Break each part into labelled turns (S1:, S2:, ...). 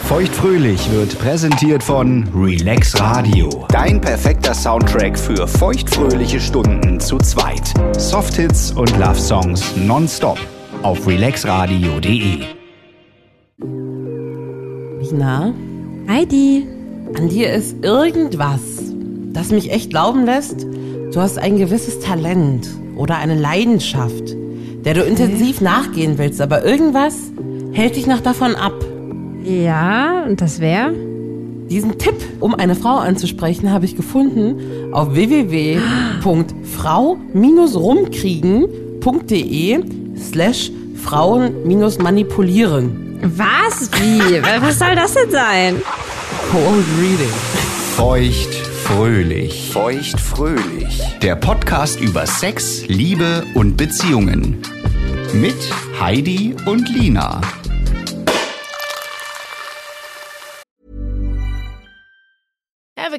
S1: Feuchtfröhlich wird präsentiert von Relax Radio. Dein perfekter Soundtrack für feuchtfröhliche Stunden zu zweit. Softhits und Love Songs nonstop auf relaxradio.de.
S2: Na,
S3: Heidi,
S2: an dir ist irgendwas, das mich echt glauben lässt, du hast ein gewisses Talent oder eine Leidenschaft, der du intensiv nachgehen willst, aber irgendwas hält dich noch davon ab.
S3: ja, und das wäre?
S2: Diesen Tipp, um eine Frau anzusprechen, habe ich gefunden auf www.frau-rumkriegen.de slash frauen-manipulieren.
S3: Was? Wie? Was soll das denn sein?
S2: Cold Reading.
S1: Feuchtfröhlich. Feuchtfröhlich. Der Podcast über Sex, Liebe und Beziehungen. Mit Heidi und Lina.
S4: Ever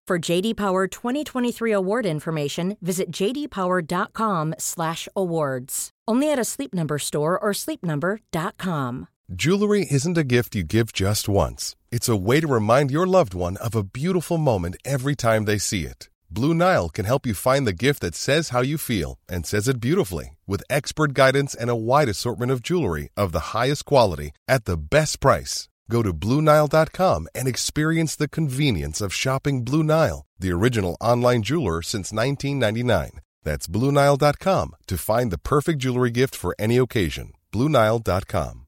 S5: For JD Power 2023 award information, visit jdpower.com/awards. Only at a Sleep Number store or sleepnumber.com.
S6: Jewelry isn't a gift you give just once. It's a way to remind your loved one of a beautiful moment every time they see it. Blue Nile can help you find the gift that says how you feel and says it beautifully with expert guidance and a wide assortment of jewelry of the highest quality at the best price. Go to BlueNile.com and experience the convenience of shopping Blue Nile, the original online jeweler since 1999. That's BlueNile.com to find the perfect jewelry gift for any occasion. BlueNile.com.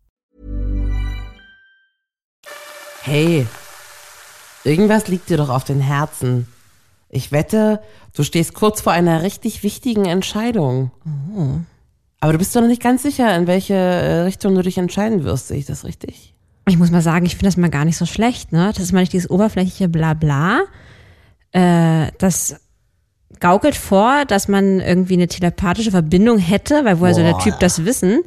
S2: Hey, irgendwas liegt dir doch auf den Herzen. Ich wette, du stehst kurz vor einer richtig wichtigen Entscheidung. Aber du bist doch noch nicht ganz sicher, in welche äh, Richtung du dich entscheiden wirst. Sehe ich das richtig?
S3: Ich muss mal sagen, ich finde das mal gar nicht so schlecht, ne? Das ist mal nicht dieses oberflächliche Blabla. Äh, das gaukelt vor, dass man irgendwie eine telepathische Verbindung hätte, weil woher soll der Typ das wissen?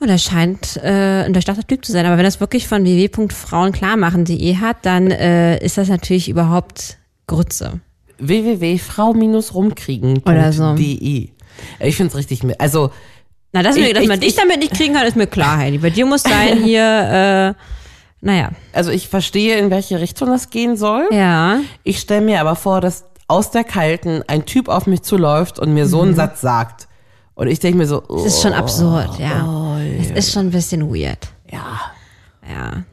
S3: Und er scheint äh, ein durchdachter Typ zu sein. Aber wenn das wirklich von www.frauenklarmachen.de eh hat, dann äh, ist das natürlich überhaupt Grütze.
S2: www.frau-rumkriegen.de
S3: Oder so.
S2: Ich finde es richtig. mi- Also,
S3: Na, dass,
S2: Ich-
S3: wir, dass
S2: ich-
S3: man dich
S2: ich-
S3: damit nicht kriegen kann, ist mir klar, Heidi. Bei dir muss sein hier, äh, naja.
S2: also ich verstehe, in welche Richtung das gehen soll.
S3: Ja.
S2: Ich stelle mir aber vor, dass aus der Kalten ein Typ auf mich zuläuft und mir so einen Satz sagt. Und ich denke mir so, oh,
S3: Es Mhm. ist schon absurd, ja. Es ist schon ein bisschen weird.
S2: ja,
S3: Ja.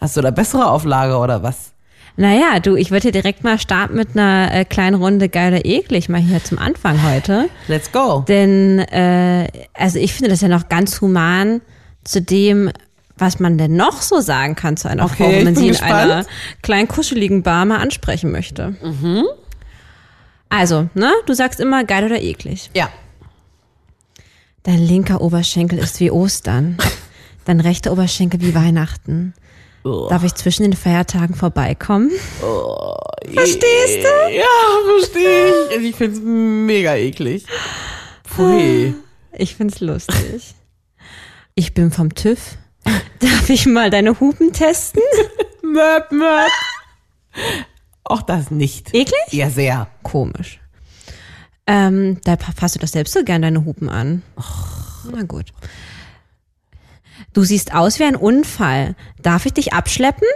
S2: hast du da bessere Auflage oder was?
S3: Naja, du, ich würde hier direkt mal starten mit einer äh, kleinen Runde geiler eklig, mal hier zum Anfang heute.
S2: Let's go.
S3: Denn, äh, also ich finde das ja noch ganz human zu dem, was man denn noch so sagen kann zu einer
S2: Okay,
S3: Frau, wenn man
S2: ich bin
S3: sie
S2: gespannt.
S3: in einer kleinen kuscheligen Bar mal ansprechen möchte.
S2: Mhm.
S3: Also, ne, du sagst immer geil oder eklig.
S2: Ja.
S3: Dein linker Oberschenkel ist wie Ostern. Dein rechter Oberschenkel wie Weihnachten.
S2: Oh.
S3: Darf ich zwischen den Feiertagen vorbeikommen?
S2: Verstehst du? Ja, verstehe ich. Und Ich find's mega eklig. Pfui.
S3: Ich find's lustig. Ich bin vom TÜV. Darf ich mal deine Hupen testen?
S2: Möp, möp. Auch das nicht.
S3: Eklig?
S2: Ja, sehr.
S3: Komisch. Ähm, da pa- fasst du doch selbst so gern deine Hupen an. Na gut. Du siehst aus wie ein Unfall. Darf ich dich abschleppen?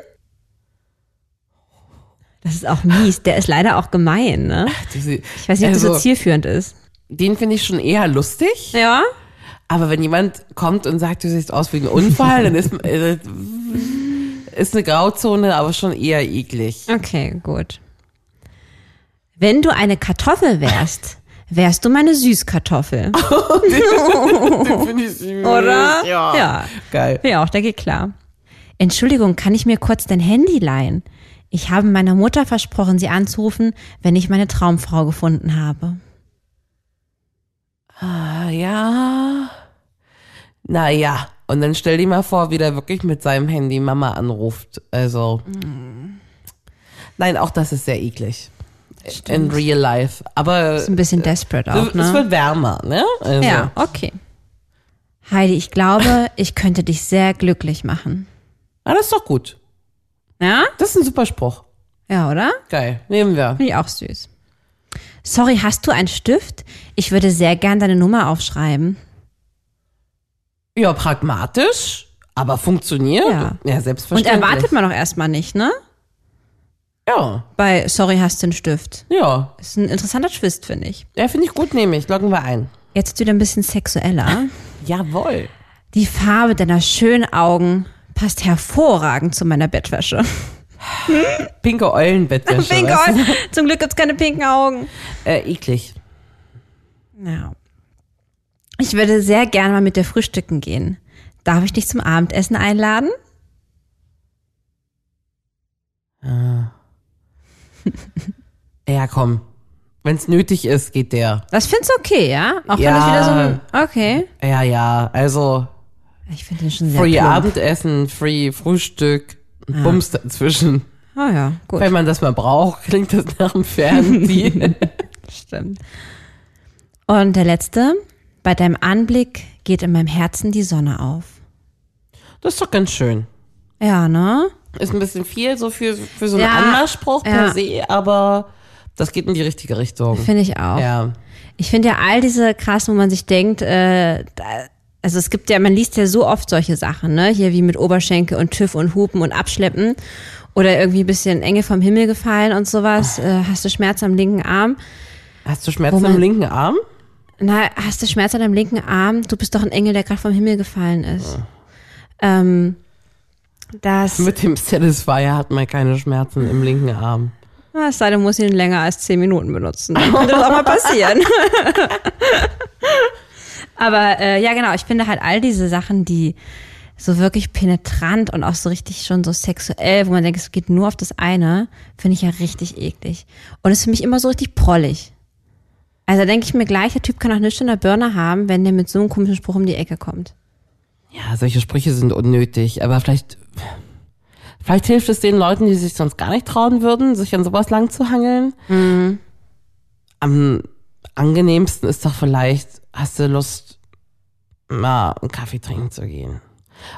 S3: Das ist auch mies. Der ist leider auch gemein, ne?
S2: Diese- also,
S3: Ich weiß nicht, ob das so zielführend ist.
S2: den finde ich schon eher lustig.
S3: Ja?
S2: Aber wenn jemand kommt und sagt, du siehst aus wie ein Unfall, dann ist, äh, Ist eine Grauzone, aber schon eher eklig.
S3: Okay, gut. Wenn du eine Kartoffel wärst, wärst du meine Süßkartoffel.
S2: Oh, Finde ich süß.
S3: Oder?
S2: Ja.
S3: Ja.
S2: Geil.
S3: Ja, auch, der geht klar. Entschuldigung, kann ich mir kurz dein Handy leihen? Ich habe meiner Mutter versprochen, sie anzurufen, wenn ich meine Traumfrau gefunden habe.
S2: Ah, ja. Naja. Und dann stell dir mal vor, wie der wirklich mit seinem Handy Mama anruft. Also. Nein, auch das ist sehr eklig. In real life. Aber
S3: Ist ein bisschen desperate auch,
S2: es
S3: ne?
S2: wird wärmer, ne? Also.
S3: Ja, okay. Heidi, ich glaube, ich könnte dich sehr glücklich machen.
S2: Ah, das ist doch gut.
S3: Ja?
S2: Das ist ein super Spruch.
S3: Ja, oder?
S2: Geil. Nehmen wir.
S3: Finde ich auch süß. Sorry, hast du einen Stift? Ich würde sehr gern deine Nummer aufschreiben.
S2: Ja, pragmatisch, aber funktioniert.
S3: Ja.
S2: Ja,
S3: Und
S2: selbstverständlich.
S3: erwartet man doch erstmal nicht, ne?
S2: Ja,
S3: Bei Sorry, hast du einen Stift.
S2: ja.
S3: Ist ein interessanter Twist, finde ich.
S2: Ja, finde ich gut, nehme ich. Loggen wir ein.
S3: Jetzt wieder ein bisschen sexueller.
S2: Jawohl.
S3: Die Farbe deiner schönen Augen passt hervorragend zu meiner Bettwäsche.
S2: Pinke Eulenbettwäsche.
S3: Pink
S2: weißt
S3: Augen. Zum Glück gibt's keine pinken Augen.
S2: du? Äh, eklig.
S3: Ja. Ich würde sehr gerne mal mit dir frühstücken gehen. Darf ich dich zum Abendessen einladen?
S2: Ja, komm. Wenn es nötig ist, geht der.
S3: Das find's okay, ja? Auch wenn
S2: Ja.
S3: ich wieder so ein, okay.
S2: Ja, ja. Also,
S3: Ich finde den schon sehr
S2: free
S3: plump.
S2: Abendessen, free Frühstück, Bums dazwischen.
S3: Ah ja, gut.
S2: Wenn man das mal braucht, klingt das nach einem Fernsehen.
S3: Stimmt. Und der letzte. Bei deinem Anblick geht in meinem Herzen die Sonne auf.
S2: das ist doch ganz schön.
S3: Ja, ne?
S2: Ist ein bisschen viel so für, für so einen
S3: Ja,
S2: Anmachspruch
S3: ja.
S2: per se, aber das geht in die richtige Richtung.
S3: Finde ich auch.
S2: Ja.
S3: Ich finde ja all diese krassen, wo man sich denkt, äh, da, also es gibt ja, man liest ja so oft solche Sachen, ne? Hier wie mit Oberschenkel und TÜV und Hupen und Abschleppen oder irgendwie ein bisschen Enge vom Himmel gefallen und sowas. Äh, hast du Schmerz am linken Arm?
S2: Hast du Schmerzen
S3: Wo man-
S2: am linken Arm?
S3: Na, hast du Schmerz an deinem linken Arm? Du bist doch ein Engel, der gerade vom Himmel gefallen ist. Ähm, das,
S2: Mit dem Satisfier hat man keine Schmerzen im linken Arm.
S3: Na, es sei denn, muss ihn länger als zehn Minuten benutzen. Dann könnte das auch mal passieren. Aber äh, ja, genau, ich finde halt all diese Sachen, die so wirklich penetrant und auch so richtig schon so sexuell, wo man denkt, es geht nur auf das eine, finde ich ja richtig eklig. Und ist für mich immer so richtig prollig. Also da denke ich mir gleich, der Typ kann auch nichts in der Birne haben, wenn der mit so einem komischen Spruch um die Ecke kommt.
S2: Ja, solche Sprüche sind unnötig, aber vielleicht, vielleicht hilft es den Leuten, die sich sonst gar nicht trauen würden, sich an sowas lang zu hangeln. Am angenehmsten ist doch vielleicht, hast du Lust, mal einen Kaffee trinken zu gehen.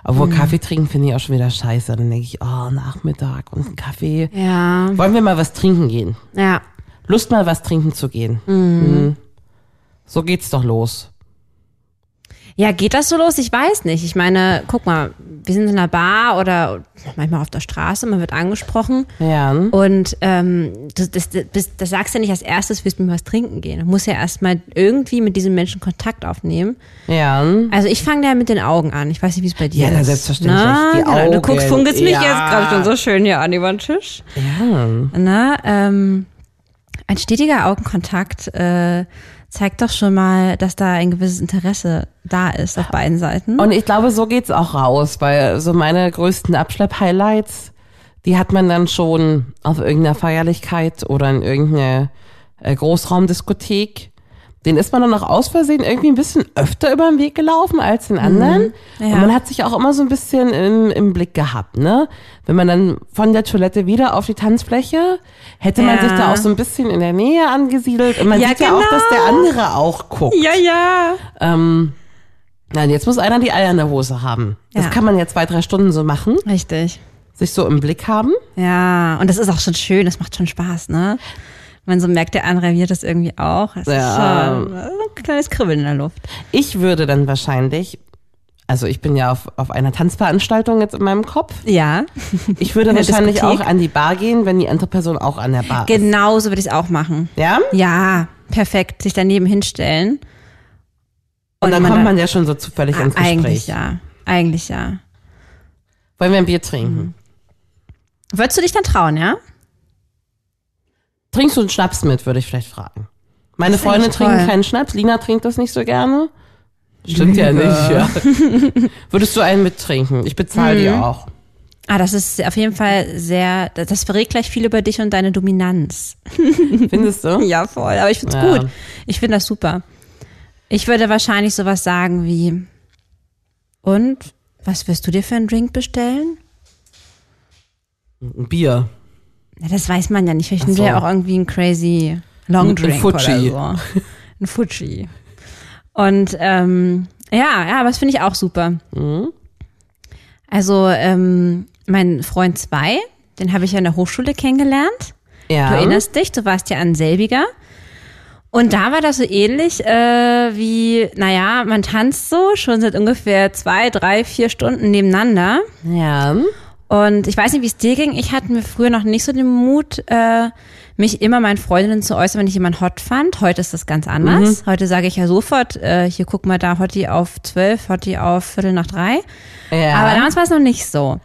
S2: Obwohl Kaffee trinken finde ich auch schon wieder scheiße. Dann denke ich, oh, Nachmittag und einen Kaffee.
S3: Ja,
S2: Wollen wir mal was trinken gehen?
S3: ja.
S2: Lust mal was trinken zu gehen. Mhm. So geht's doch los.
S3: Ja, geht das so los? Ich weiß nicht. Ich meine, guck mal, wir sind in einer Bar oder manchmal auf der Straße, man wird angesprochen.
S2: Ja.
S3: Und ähm, das, das, das, das sagst du ja nicht als erstes, willst du mir was trinken gehen. Du musst ja erstmal irgendwie mit diesem Menschen Kontakt aufnehmen.
S2: Ja.
S3: Also ich fange ja mit den Augen an. Ich weiß nicht, wie es bei dir
S2: Ja,
S3: ist.
S2: na, selbstverständlich.
S3: Na,
S2: Die
S3: genau. Du
S2: Augen.
S3: guckst, funkelst mich
S2: Ja.
S3: jetzt gerade schon so schön hier an über den Tisch.
S2: Ja.
S3: Na, ähm, ein stetiger Augenkontakt äh, zeigt doch schon mal, dass da ein gewisses Interesse da ist auf beiden Seiten.
S2: Und ich glaube, so geht's auch raus, weil so meine größten Abschlepp-Highlights, die hat man dann schon auf irgendeiner Feierlichkeit oder in irgendeiner äh, Großraumdiskothek. Den ist man dann auch aus Versehen irgendwie ein bisschen öfter über den Weg gelaufen als
S3: Mhm.
S2: den anderen. Und man hat sich auch immer so ein bisschen im, im Blick gehabt, ne? Wenn man dann von der Toilette wieder auf die Tanzfläche, hätte man
S3: Ja.
S2: sich da auch so ein bisschen in der Nähe angesiedelt. Und man
S3: Ja, genau.
S2: sieht ja auch, dass der andere auch guckt.
S3: Ja, ja.
S2: Ähm, nein, jetzt muss einer die Eier in der Hose haben. Das
S3: Ja.
S2: kann man ja zwei, drei Stunden so machen,
S3: Richtig.
S2: sich so im Blick haben.
S3: Ja, und das ist auch schon schön, das macht schon Spaß, ne? Man so merkt, der andere wird das irgendwie auch. Das
S2: Ja.
S3: ist schon ein kleines Kribbeln in der Luft.
S2: Ich würde dann wahrscheinlich, also ich bin ja auf, auf einer Tanzveranstaltung jetzt in meinem Kopf,
S3: Ja.
S2: ich würde
S3: In der
S2: wahrscheinlich
S3: Diskothek?
S2: auch an die Bar gehen, wenn die andere Person auch an der Bar ist.
S3: Genauso würde ich es auch machen.
S2: Ja?
S3: Ja, perfekt. Sich daneben hinstellen.
S2: Und dann
S3: man
S2: kommt
S3: da-
S2: man ja schon so zufällig ins Gespräch.
S3: Eigentlich ja. Eigentlich ja. Mhm.
S2: Wollen wir ein Bier trinken?
S3: Würdest du dich dann trauen, ja?
S2: Trinkst du einen Schnaps mit, würde ich vielleicht fragen. Meine
S3: Das ist eigentlich
S2: Freunde trinken
S3: toll.
S2: keinen Schnaps, Lina trinkt das nicht so gerne. Stimmt ja nicht, ja. Würdest du einen mittrinken? Ich bezahle dir auch.
S3: Ah, das ist auf jeden Fall sehr, das das verrät gleich viel über dich und deine Dominanz.
S2: Findest du?
S3: Ja, voll. Aber ich find's
S2: Ja.
S3: gut. Ich find das super. Ich würde wahrscheinlich sowas sagen wie, und was wirst du dir für einen Drink bestellen?
S2: Ein Bier.
S3: Ja, das weiß man ja nicht. Vielleicht
S2: Ach
S3: nimmt
S2: so.
S3: er ja auch irgendwie einen crazy
S2: Ein- ein
S3: Long Drink
S2: Fuji.
S3: oder so. Ein Fuji. Und ähm, ja, ja, aber das finde ich auch super.
S2: Mhm.
S3: Also ähm, mein Freund 2, den habe ich ja in der Hochschule kennengelernt.
S2: Ja.
S3: Du erinnerst dich, du warst ja an selbiger. Und da war das so ähnlich äh, wie, naja, man tanzt so schon seit ungefähr zwei, drei, vier Stunden nebeneinander.
S2: Ja.
S3: Und ich weiß nicht, wie es dir ging. Ich hatte mir früher noch nicht so den Mut, äh, mich immer meinen Freundinnen zu äußern, wenn ich jemanden hot fand. Heute ist das ganz anders.
S2: Mhm.
S3: Heute sage ich ja sofort, äh, hier guck mal da, Hottie auf zwölf, Hottie auf Viertel nach drei.
S2: Ja.
S3: Aber damals war es noch nicht so.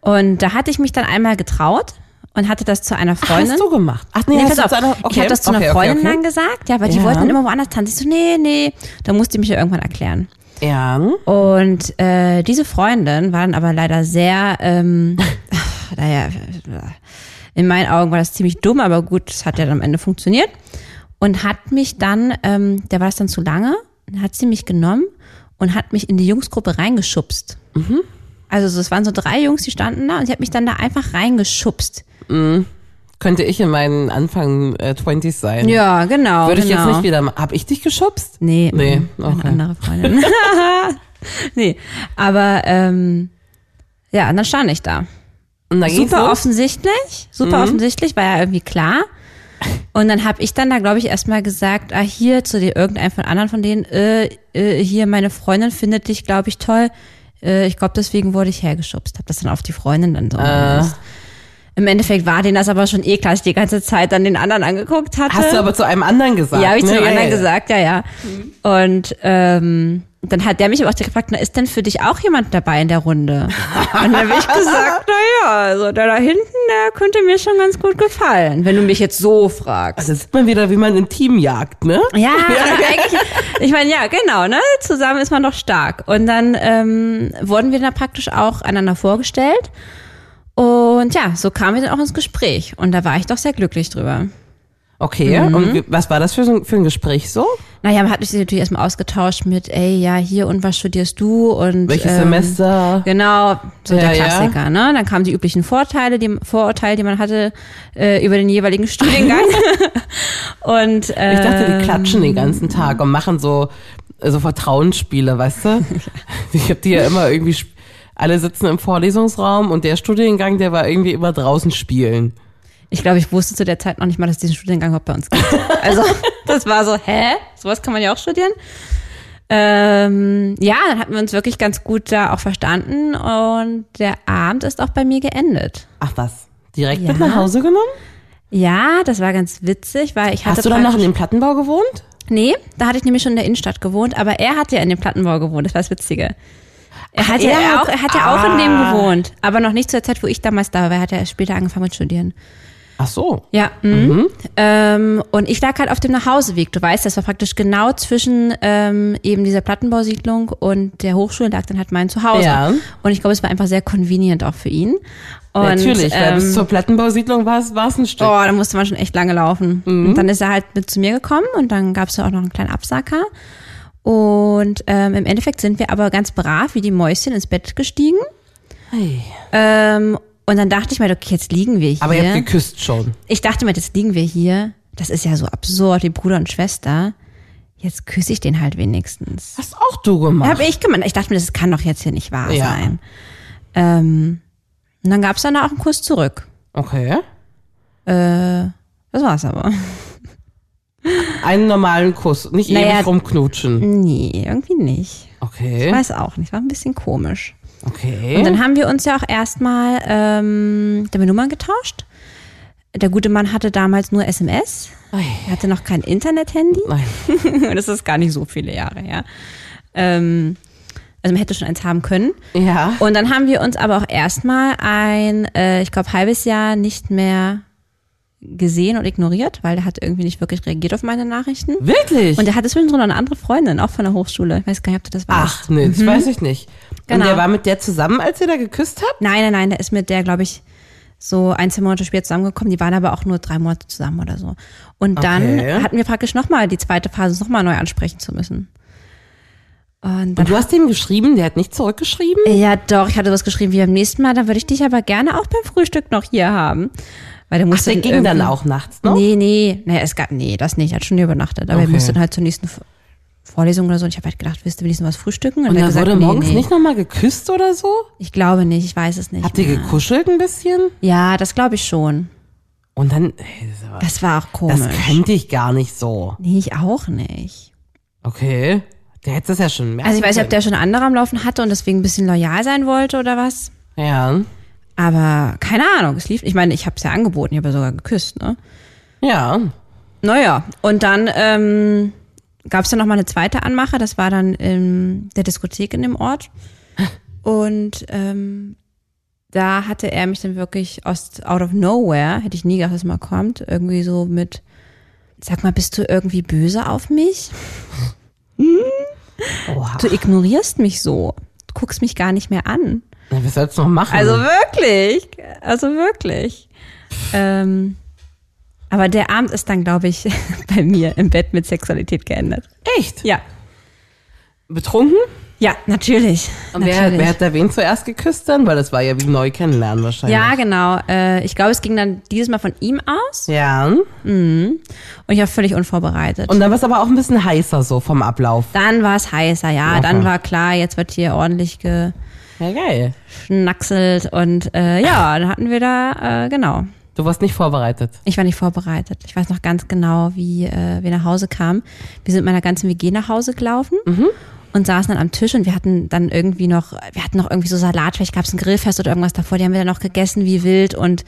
S3: Und da hatte ich mich dann einmal getraut und hatte das zu einer
S2: Ach,
S3: Freundin.
S2: hast du gemacht? Ach
S3: Nee,
S2: hast
S3: pass auf.
S2: du zu einer-
S3: Ich habe das zu einer
S2: okay, okay,
S3: Freundin
S2: okay.
S3: dann gesagt, ja, aber die
S2: Ja.
S3: wollten dann immer woanders tanzen. Ich so, nee, nee. Da musste ich mich ja irgendwann erklären.
S2: Ja.
S3: Und äh, diese Freundin war dann aber leider sehr, ähm, naja, in meinen Augen war das ziemlich dumm, aber gut, es hat ja dann am Ende funktioniert. Und hat mich dann, ähm, der war das dann zu lange, dann hat sie mich genommen und hat mich in die Jungsgruppe reingeschubst. Also so, es waren so drei Jungs, die standen da und sie hat mich dann da einfach reingeschubst.
S2: Könnte ich in meinen Anfang äh, 20s sein.
S3: Ja, genau.
S2: Würde ich
S3: genau.
S2: jetzt nicht wieder machen. Hab ich dich geschubst?
S3: Nee,
S2: Nee,
S3: mm, eine
S2: okay.
S3: andere Freundin. nee, aber ähm, ja, und dann stand ich da.
S2: Und dann ging's
S3: Super
S2: los? Mhm.
S3: offensichtlich, super offensichtlich, war ja irgendwie klar. Und dann habe ich dann da, glaube ich, erstmal gesagt, ah, hier zu dir, irgendein von anderen von denen, äh, äh, hier, meine Freundin findet dich, glaube ich, toll. Äh, ich glaube, deswegen wurde ich hergeschubst. Habe das dann auf die Freundin dann so
S2: Ah.
S3: umgemünzt. Im Endeffekt war denen das aber schon eh klar, dass ich die ganze Zeit dann den anderen angeguckt hatte.
S2: Hast du aber zu einem anderen gesagt.
S3: Ja, habe ich
S2: ne?
S3: zu dem anderen
S2: ja,
S3: gesagt, ja, ja. Und ähm, dann hat der mich aber auch gefragt, na, ist denn für dich auch jemand dabei in der Runde? Und dann habe ich gesagt, na ja, also der da hinten, der könnte mir schon ganz gut gefallen, wenn du mich jetzt so fragst.
S2: Da sieht man wieder, wie man im Team jagt, ne?
S3: Ja, aber eigentlich, ich meine, ja, genau, ne? Zusammen ist man doch stark. Und dann ähm, wurden wir dann praktisch auch einander vorgestellt. Und ja, so kamen wir dann auch ins Gespräch. Und da war ich doch sehr glücklich drüber.
S2: Okay,
S3: Mhm.
S2: und wie- was war das für, so ein- für ein Gespräch so?
S3: Naja, man hat sich natürlich erstmal ausgetauscht mit, ey, ja, hier und was studierst du und
S2: Welches
S3: ähm,
S2: Semester?
S3: Genau, so
S2: Ja,
S3: der
S2: ja.
S3: Klassiker, ne? Dann kamen die üblichen Vorteile, die Vorurteile, die man hatte äh, über den jeweiligen Studiengang. und äh,
S2: Ich dachte, die klatschen den ganzen Tag und machen so, so Vertrauensspiele, weißt du? Ich hab die ja immer irgendwie, sp- alle sitzen im Vorlesungsraum und der Studiengang, der war irgendwie immer draußen spielen.
S3: ich glaube, ich wusste zu der Zeit noch nicht mal, dass es diesen Studiengang überhaupt bei uns gibt. Also, das war so, hä? Sowas kann man ja auch studieren. Ähm, ja, dann hatten wir uns wirklich ganz gut da auch verstanden und der Abend ist auch bei mir geendet.
S2: Ach was, direkt
S3: Ja.
S2: mit nach Hause genommen?
S3: Ja, das war ganz witzig, weil ich hatte.
S2: Hast du dann noch in
S3: praktisch-
S2: dem Plattenbau gewohnt?
S3: Nee, da hatte ich nämlich schon in der Innenstadt gewohnt, aber er hat ja in dem Plattenbau gewohnt, das war das Witzige. Er hat,
S2: er
S3: ja
S2: hat- Ah.
S3: auch, er hat ja auch in dem gewohnt, aber noch nicht zur Zeit, wo ich damals da war, weil er hat ja später angefangen mit Studieren.
S2: Ach so.
S3: Ja, mhm. ähm, und ich lag halt auf dem Nachhauseweg. Du weißt, das war praktisch genau zwischen ähm, eben dieser Plattenbausiedlung und der Hochschule lag dann halt mein Zuhause.
S2: Ja.
S3: Und ich glaube, es war einfach sehr convenient auch für ihn. Und,
S2: Natürlich, weil
S3: ähm,
S2: bis zur Plattenbausiedlung war es war es ein Stück.
S3: Oh, da musste man schon echt lange laufen.
S2: Mhm.
S3: Und dann ist er halt mit zu mir gekommen und dann gab es ja auch noch einen kleinen Absacker. Und ähm, im Endeffekt sind wir aber ganz brav wie die Mäuschen ins Bett gestiegen.
S2: Ei.
S3: Ähm, und dann dachte ich mir, okay, jetzt liegen wir hier.
S2: Aber ihr habt geküsst schon.
S3: ich dachte mir, jetzt liegen wir hier. Das ist ja so absurd, wie Bruder und Schwester. Jetzt küsse ich den halt wenigstens.
S2: Hast auch du gemacht.
S3: Habe ich gemacht. Ich dachte mir, das kann doch jetzt hier nicht wahr
S2: Ja.
S3: sein. Ähm, und dann gab es dann auch einen Kuss zurück.
S2: Okay.
S3: Das war's aber.
S2: Einen normalen Kuss, nicht
S3: Naja,
S2: ewig rumknutschen.
S3: Nee, irgendwie nicht.
S2: Okay.
S3: Weiß auch nicht, war ein bisschen komisch.
S2: Okay.
S3: Und dann haben wir uns ja auch erstmal ähm, haben wir Nummern getauscht. Der gute Mann hatte damals nur SMS. Er hatte noch kein Internet-Handy.
S2: Nein.
S3: das ist gar nicht so viele Jahre her. Ähm, Also man hätte schon eins haben können.
S2: Ja.
S3: Und dann haben wir uns aber auch erstmal ein, äh, ich glaube, halbes Jahr nicht mehr gesehen und ignoriert, weil er hat irgendwie nicht wirklich reagiert auf meine Nachrichten.
S2: Wirklich?
S3: Und er hatte zwischendrin noch eine andere Freundin, auch von der Hochschule. Ich weiß gar nicht, ob du das weißt.
S2: Ach, nee, das weiß ich nicht.
S3: mhm. Genau.
S2: Und der war mit der zusammen, als ihr da geküsst habt?
S3: Nein, nein, nein, der ist mit der, glaube ich, so ein, zwei Monate später zusammengekommen. Die waren aber auch nur drei Monate zusammen oder so. Und dann
S2: Okay.
S3: hatten wir praktisch nochmal die zweite Phase, nochmal neu ansprechen zu müssen. Und dann
S2: Und du hast dem geschrieben, der hat nicht zurückgeschrieben?
S3: Ja, doch, ich hatte was geschrieben wie beim nächsten Mal, dann würde ich dich aber gerne auch beim Frühstück noch hier haben. Weil der
S2: Ach,
S3: musste
S2: der ging dann
S3: irgendwie-
S2: auch nachts ne? noch?
S3: ähm, Nee, nee, nee, es gab, nee, das nicht, er hat schon übernachtet, aber er
S2: Okay.
S3: musste dann halt zur nächsten V- Vorlesung oder so und ich habe halt gedacht, willst du wenigstens was frühstücken?
S2: Und
S3: er hat
S2: dann
S3: gesagt,
S2: wurde
S3: nee,
S2: morgens
S3: nee.
S2: nicht nochmal geküsst oder so?
S3: Ich glaube nicht, ich weiß es nicht.
S2: Habt ihr
S3: mehr.
S2: gekuschelt ein bisschen?
S3: Ja, das glaube ich schon.
S2: Und dann, ey, das, war,
S3: Das war auch komisch.
S2: das könnte ich gar nicht so.
S3: nee, ich auch nicht.
S2: Okay. Der hätte das ja schon merken
S3: Also ich weiß nicht, ob
S2: können.
S3: der schon andere am Laufen hatte und deswegen ein bisschen loyal sein wollte oder was.
S2: Ja.
S3: Aber keine Ahnung, es lief. Ich meine, ich habe es ja angeboten, ich habe ja sogar geküsst, ne?
S2: Ja.
S3: Naja, und dann ähm, gab es dann nochmal eine zweite Anmache, das war dann in der Diskothek in dem Ort. Und ähm, da hatte er mich dann wirklich aus, out of nowhere, hätte ich nie gedacht, dass es mal kommt, irgendwie so mit, sag mal, bist du irgendwie böse auf mich?
S2: Oha.
S3: Du ignorierst mich so. Du guckst mich gar nicht mehr an.
S2: Na, was sollst du noch machen?
S3: Also wirklich, also wirklich. Ähm, aber der Abend ist dann, glaube ich, bei mir im Bett mit Sexualität geendet.
S2: Echt?
S3: Ja,
S2: Betrunken?
S3: ja, natürlich.
S2: Und wer,
S3: natürlich.
S2: wer hat da wen zuerst geküsst dann? Weil das war ja wie neu kennenlernen wahrscheinlich.
S3: ja, genau. Äh, ich glaube, es ging dann dieses Mal von ihm aus
S2: Ja.
S3: und ich war völlig unvorbereitet.
S2: Und dann war es aber auch ein bisschen heißer so vom Ablauf.
S3: dann war es heißer, ja.
S2: Locker.
S3: Dann war klar, jetzt wird hier ordentlich
S2: Ja, geil.
S3: geschnackselt und äh, ja, dann hatten wir da, äh, genau.
S2: Du warst nicht vorbereitet.
S3: Ich war nicht vorbereitet. Ich weiß noch ganz genau, wie äh, wir nach Hause kamen. Wir sind mit meiner ganzen WG nach Hause gelaufen
S2: Mhm.
S3: und saßen dann am Tisch und wir hatten dann irgendwie noch, wir hatten noch irgendwie so Salat, vielleicht gab es ein Grillfest oder irgendwas davor, die haben wir dann noch gegessen wie wild und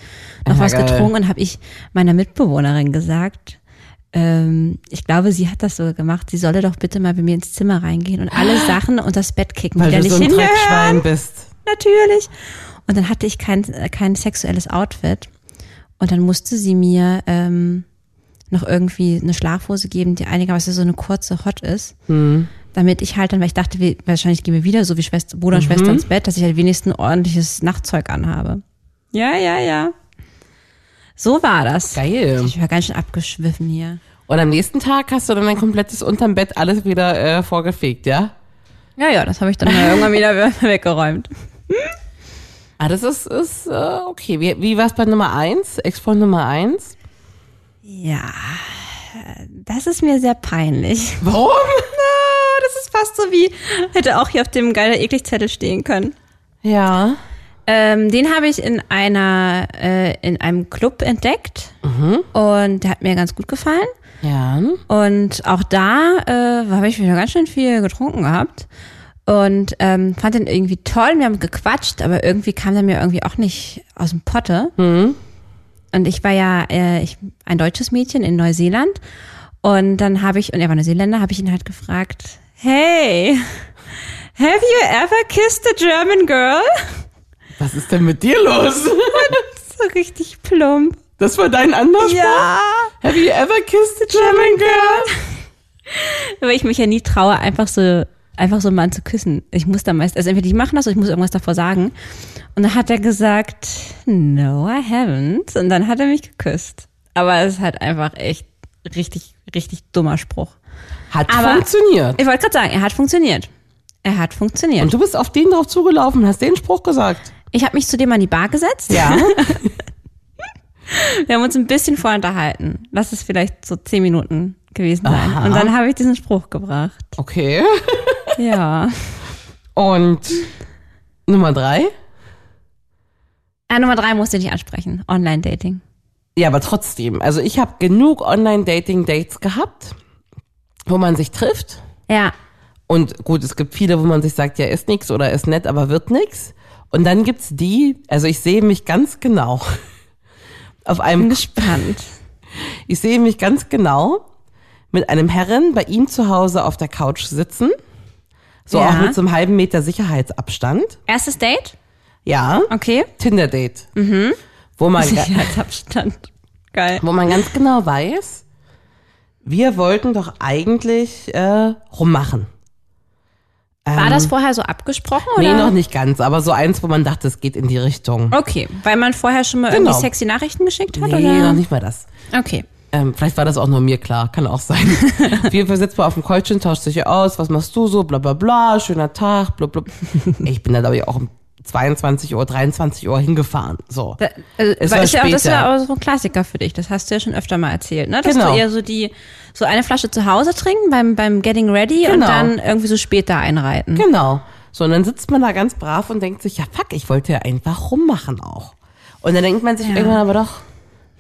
S3: noch
S2: Ja,
S3: was
S2: geil.
S3: getrunken und habe ich meiner Mitbewohnerin gesagt, ähm, ich glaube, sie hat das so gemacht, sie solle doch bitte mal bei mir ins Zimmer reingehen und alle Sachen unter das Bett kicken,
S2: Ah. Weil
S3: die da
S2: du
S3: nicht
S2: so ein
S3: hingehören
S2: Dreckschwein bist.
S3: natürlich. Und dann hatte ich kein, äh, kein sexuelles Outfit. Und dann musste sie mir ähm, noch irgendwie eine Schlafhose geben, die einigermaßen so eine kurze Hot ist. Damit ich halt dann, weil ich dachte, wir, wahrscheinlich gehen wir wieder so wie Schwester, Bruder und Schwester ins Bett, dass ich halt wenigstens ein ordentliches Nachtzeug anhabe. Ja, ja, ja. So war das.
S2: Geil.
S3: Ich war ganz schön abgeschwiffen hier.
S2: Und am nächsten Tag hast du dann dein komplettes unterm Bett alles wieder äh, vorgefegt, ja?
S3: Ja, ja, das habe ich dann irgendwann wieder weggeräumt.
S2: Ah, das ist, ist äh, okay. Wie, wie war es bei Nummer eins? Ex-Freund Nummer eins?
S3: Ja, das ist mir sehr peinlich.
S2: Warum?
S3: Na, Ah, das ist fast so wie, hätte auch hier auf dem geiler eklig Zettel stehen können.
S2: Ja.
S3: Ähm, den habe ich in einer, äh, in einem Club entdeckt und der hat mir ganz gut gefallen.
S2: Ja.
S3: Und auch da äh, habe ich wieder ganz schön viel getrunken gehabt und ähm, fand den irgendwie toll. Wir haben gequatscht, aber irgendwie kam der mir irgendwie auch nicht aus dem Potte. Und ich war ja äh, ich, ein deutsches Mädchen in Neuseeland und dann habe ich, und er war Neuseeländer, habe ich ihn halt gefragt, hey, have you ever kissed a German girl?
S2: Was ist denn mit dir los?
S3: So richtig plump.
S2: Das war dein Anlass? Have you ever kissed a German girl?
S3: weil ich mich ja nie traue, einfach so, einfach so einen Mann zu küssen. Ich muss da meist, also entweder die machen das oder ich muss irgendwas davor sagen. Und dann hat er gesagt, no, I haven't. Und dann hat er mich geküsst. Aber es ist halt einfach echt richtig, richtig dummer Spruch.
S2: Hat
S3: Aber-
S2: funktioniert.
S3: Ich wollte gerade sagen, er hat funktioniert. Er hat funktioniert.
S2: Und du bist auf den drauf zugelaufen und hast den Spruch gesagt.
S3: ich habe mich zudem an die Bar gesetzt.
S2: Ja.
S3: Wir haben uns ein bisschen vorher unterhalten. Lass es vielleicht so zehn Minuten gewesen sein. Und dann habe ich diesen Spruch gebracht.
S2: Okay.
S3: Ja.
S2: Und Nummer drei?
S3: Ah, Nummer drei musst du dich ansprechen. Online-Dating.
S2: Ja, aber trotzdem. Also ich habe genug Online-Dating-Dates gehabt, wo man sich trifft.
S3: Ja.
S2: Und gut, es gibt viele, wo man sich sagt, ja, ist nix oder ist nett, aber wird nix. Und dann gibt's die, also ich sehe mich ganz genau. Auf einem,
S3: Gespannt.
S2: ich sehe mich ganz genau mit einem Herren bei ihm zu Hause auf der Couch sitzen, So
S3: Ja.
S2: auch mit so einem halben Meter Sicherheitsabstand.
S3: Erstes Date?
S2: Ja.
S3: Okay.
S2: Tinder-Date. Wo man,
S3: Sicherheitsabstand. Geil.
S2: wo man ganz genau weiß, wir wollten doch eigentlich äh, rummachen.
S3: War das vorher so abgesprochen oder?
S2: Ähm. Nee, noch nicht ganz, aber so eins, wo man dachte, es geht in die Richtung.
S3: Okay, weil man vorher schon mal
S2: Genau.
S3: irgendwie sexy Nachrichten geschickt hat
S2: Nee,
S3: oder?
S2: noch nicht mal das.
S3: Okay.
S2: Ähm, vielleicht war das auch nur mir klar, kann auch sein. auf jeden Fall sitzt man auf dem Kreuzchen, tauscht sich hier aus, was machst du so, bla bla bla, schöner Tag, blub blub. Ich bin da, glaube ich, auch um 22 Uhr, 23 Uhr hingefahren. So.
S3: Da, also,
S2: Äh, Es
S3: weil
S2: war
S3: ist ja auch, das
S2: später.
S3: war auch so ein Klassiker für dich. Das hast du ja schon öfter mal erzählt, ne? Dass
S2: Genau.
S3: du eher so die so eine Flasche zu Hause trinken beim beim Getting Ready und
S2: Genau.
S3: dann irgendwie so später einreiten.
S2: Genau. So, und dann sitzt man da ganz brav und denkt sich, ja fuck, ich wollte ja einfach rummachen auch. Und dann denkt man sich irgendwann aber doch,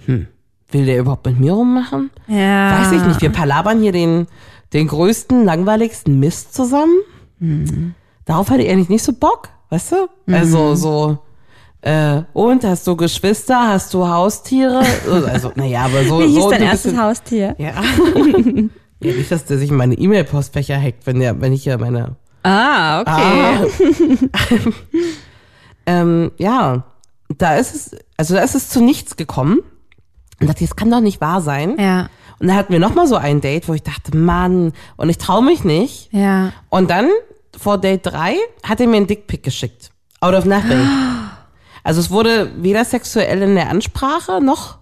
S2: hm, will der überhaupt mit mir rummachen?
S3: Ja.
S2: Genau. Weiß ich nicht, wir palabern hier den, den größten, langweiligsten Mist zusammen.
S3: Hm.
S2: Darauf hatte ich eigentlich nicht so Bock, weißt du?
S3: Mhm.
S2: Also so, äh, und hast du Geschwister, hast du Haustiere? Also, naja, aber so.
S3: Wie hieß
S2: so
S3: dein
S2: ein
S3: erstes
S2: bisschen-
S3: Haustier?
S2: Ja. ja. Nicht, dass der sich in meine E-Mail-Postfächer hackt, wenn, der, wenn ich hier meine
S3: Ah, okay.
S2: Ah. ähm, ja, da ist es, also da ist es zu nichts gekommen. Und dachte, ich, das kann doch nicht wahr sein.
S3: Ja.
S2: Und dann hatten wir nochmal so ein Date, wo ich dachte, Mann, und ich traue mich nicht.
S3: Ja.
S2: Und dann, vor Date 3, hat er mir einen Dickpick geschickt. Out of nothing. Also es wurde weder sexuell in der Ansprache noch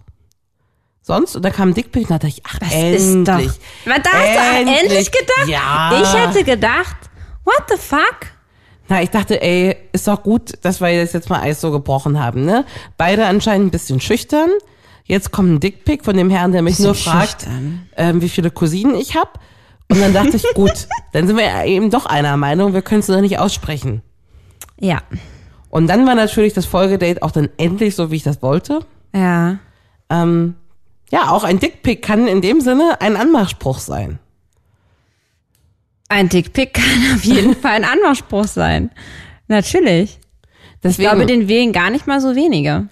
S2: sonst. Und da kam ein Dickpick und da dachte ich, ach,
S3: Das ist doch.
S2: endlich.
S3: Man da hast du auch endlich gedacht.
S2: Ja.
S3: Ich hätte gedacht, what the fuck?
S2: Na, ich dachte, ey, ist doch gut, dass wir das jetzt mal Eis so gebrochen haben, ne? Beide anscheinend ein bisschen schüchtern. Jetzt kommt ein Dickpick von dem Herrn, der mich
S3: Bisschen
S2: nur fragt,
S3: schüchtern.
S2: ähm, wie viele Cousinen ich hab. Und dann dachte ich, gut, dann sind wir ja eben doch einer Meinung, wir können es noch nicht aussprechen.
S3: Ja.
S2: Und dann war natürlich das Folgedate auch dann endlich so, wie ich das wollte.
S3: Ja.
S2: Ähm, ja, auch ein Dickpick kann in dem Sinne ein Anmachspruch sein.
S3: Ein Dickpick kann auf jeden Fall ein Anmachspruch sein. Natürlich.
S2: Deswegen,
S3: Ich glaube, den wählen gar nicht mal so wenige.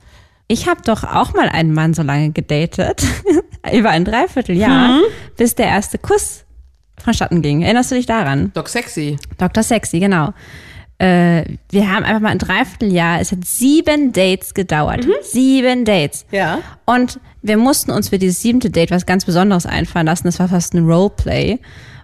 S3: Ich habe doch auch mal einen Mann so lange gedatet, über ein Dreivierteljahr, bis der erste Kuss vonstatten ging. Erinnerst du dich daran?
S2: Doc Sexy.
S3: Dr. Sexy, genau. Äh, wir haben einfach mal ein Dreivierteljahr, es hat sieben Dates gedauert. Sieben Dates.
S2: Ja.
S3: Und wir mussten uns für dieses siebte Date was ganz Besonderes einfallen lassen. Das war fast ein Roleplay,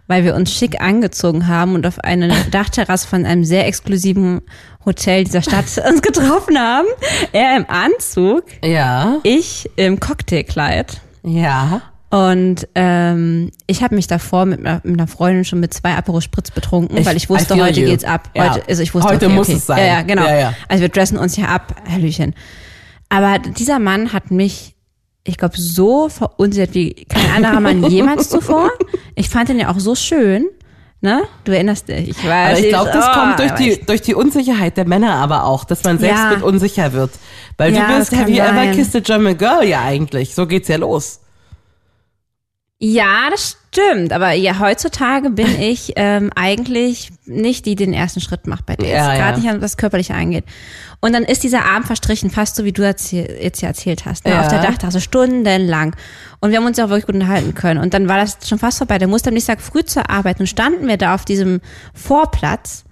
S3: weil wir uns schick angezogen haben und auf eine Dachterrasse von einem sehr exklusiven Hotel dieser Stadt uns getroffen haben. Er im Anzug,
S2: Ja.
S3: ich im Cocktailkleid.
S2: Ja.
S3: Und ähm, ich habe mich davor mit, einer- mit einer Freundin schon mit zwei Aperol Spritz betrunken,
S2: Ich-
S3: weil ich
S2: I
S3: wusste,
S2: feel
S3: heute
S2: you.
S3: geht's ab.
S2: Ja.
S3: Heute, also ich wusste,
S2: Heute
S3: okay,
S2: muss
S3: okay.
S2: es sein.
S3: Ja, ja, genau.
S2: Ja, ja.
S3: Also wir dressen uns hier ab, Hallöchen. Aber dieser Mann hat mich, ich glaube, so verunsichert wie kein anderer Mann jemals zuvor. Ich fand ihn ja auch so schön. Ne? Du erinnerst dich. Ich weiß,
S2: Aber Also ich glaube, das
S3: oh,
S2: kommt durch
S3: aber ich-
S2: die, durch die Unsicherheit der Männer aber auch, dass man selbst
S3: Ja.
S2: mit unsicher wird. Weil
S3: Ja,
S2: du bist,
S3: das
S2: have
S3: kann
S2: you ever
S3: sein.
S2: kissed a German girl? Ja, eigentlich. So geht's ja los.
S3: Ja, das stimmt. Aber ja, heutzutage bin ich ähm, eigentlich nicht die, die den ersten Schritt macht bei Dates.
S2: Ja, ja.
S3: Gerade nicht, was Körperliche angeht. Und dann ist dieser Abend verstrichen, fast so wie du erzähl jetzt ja erzählt hast. Ne?
S2: Ja.
S3: Auf der Dachterrasse, stundenlang. Und wir haben uns ja auch wirklich gut unterhalten können. Und dann war das schon fast vorbei. Der musste am nächsten Tag früh zur Arbeit und standen wir da auf diesem Vorplatz.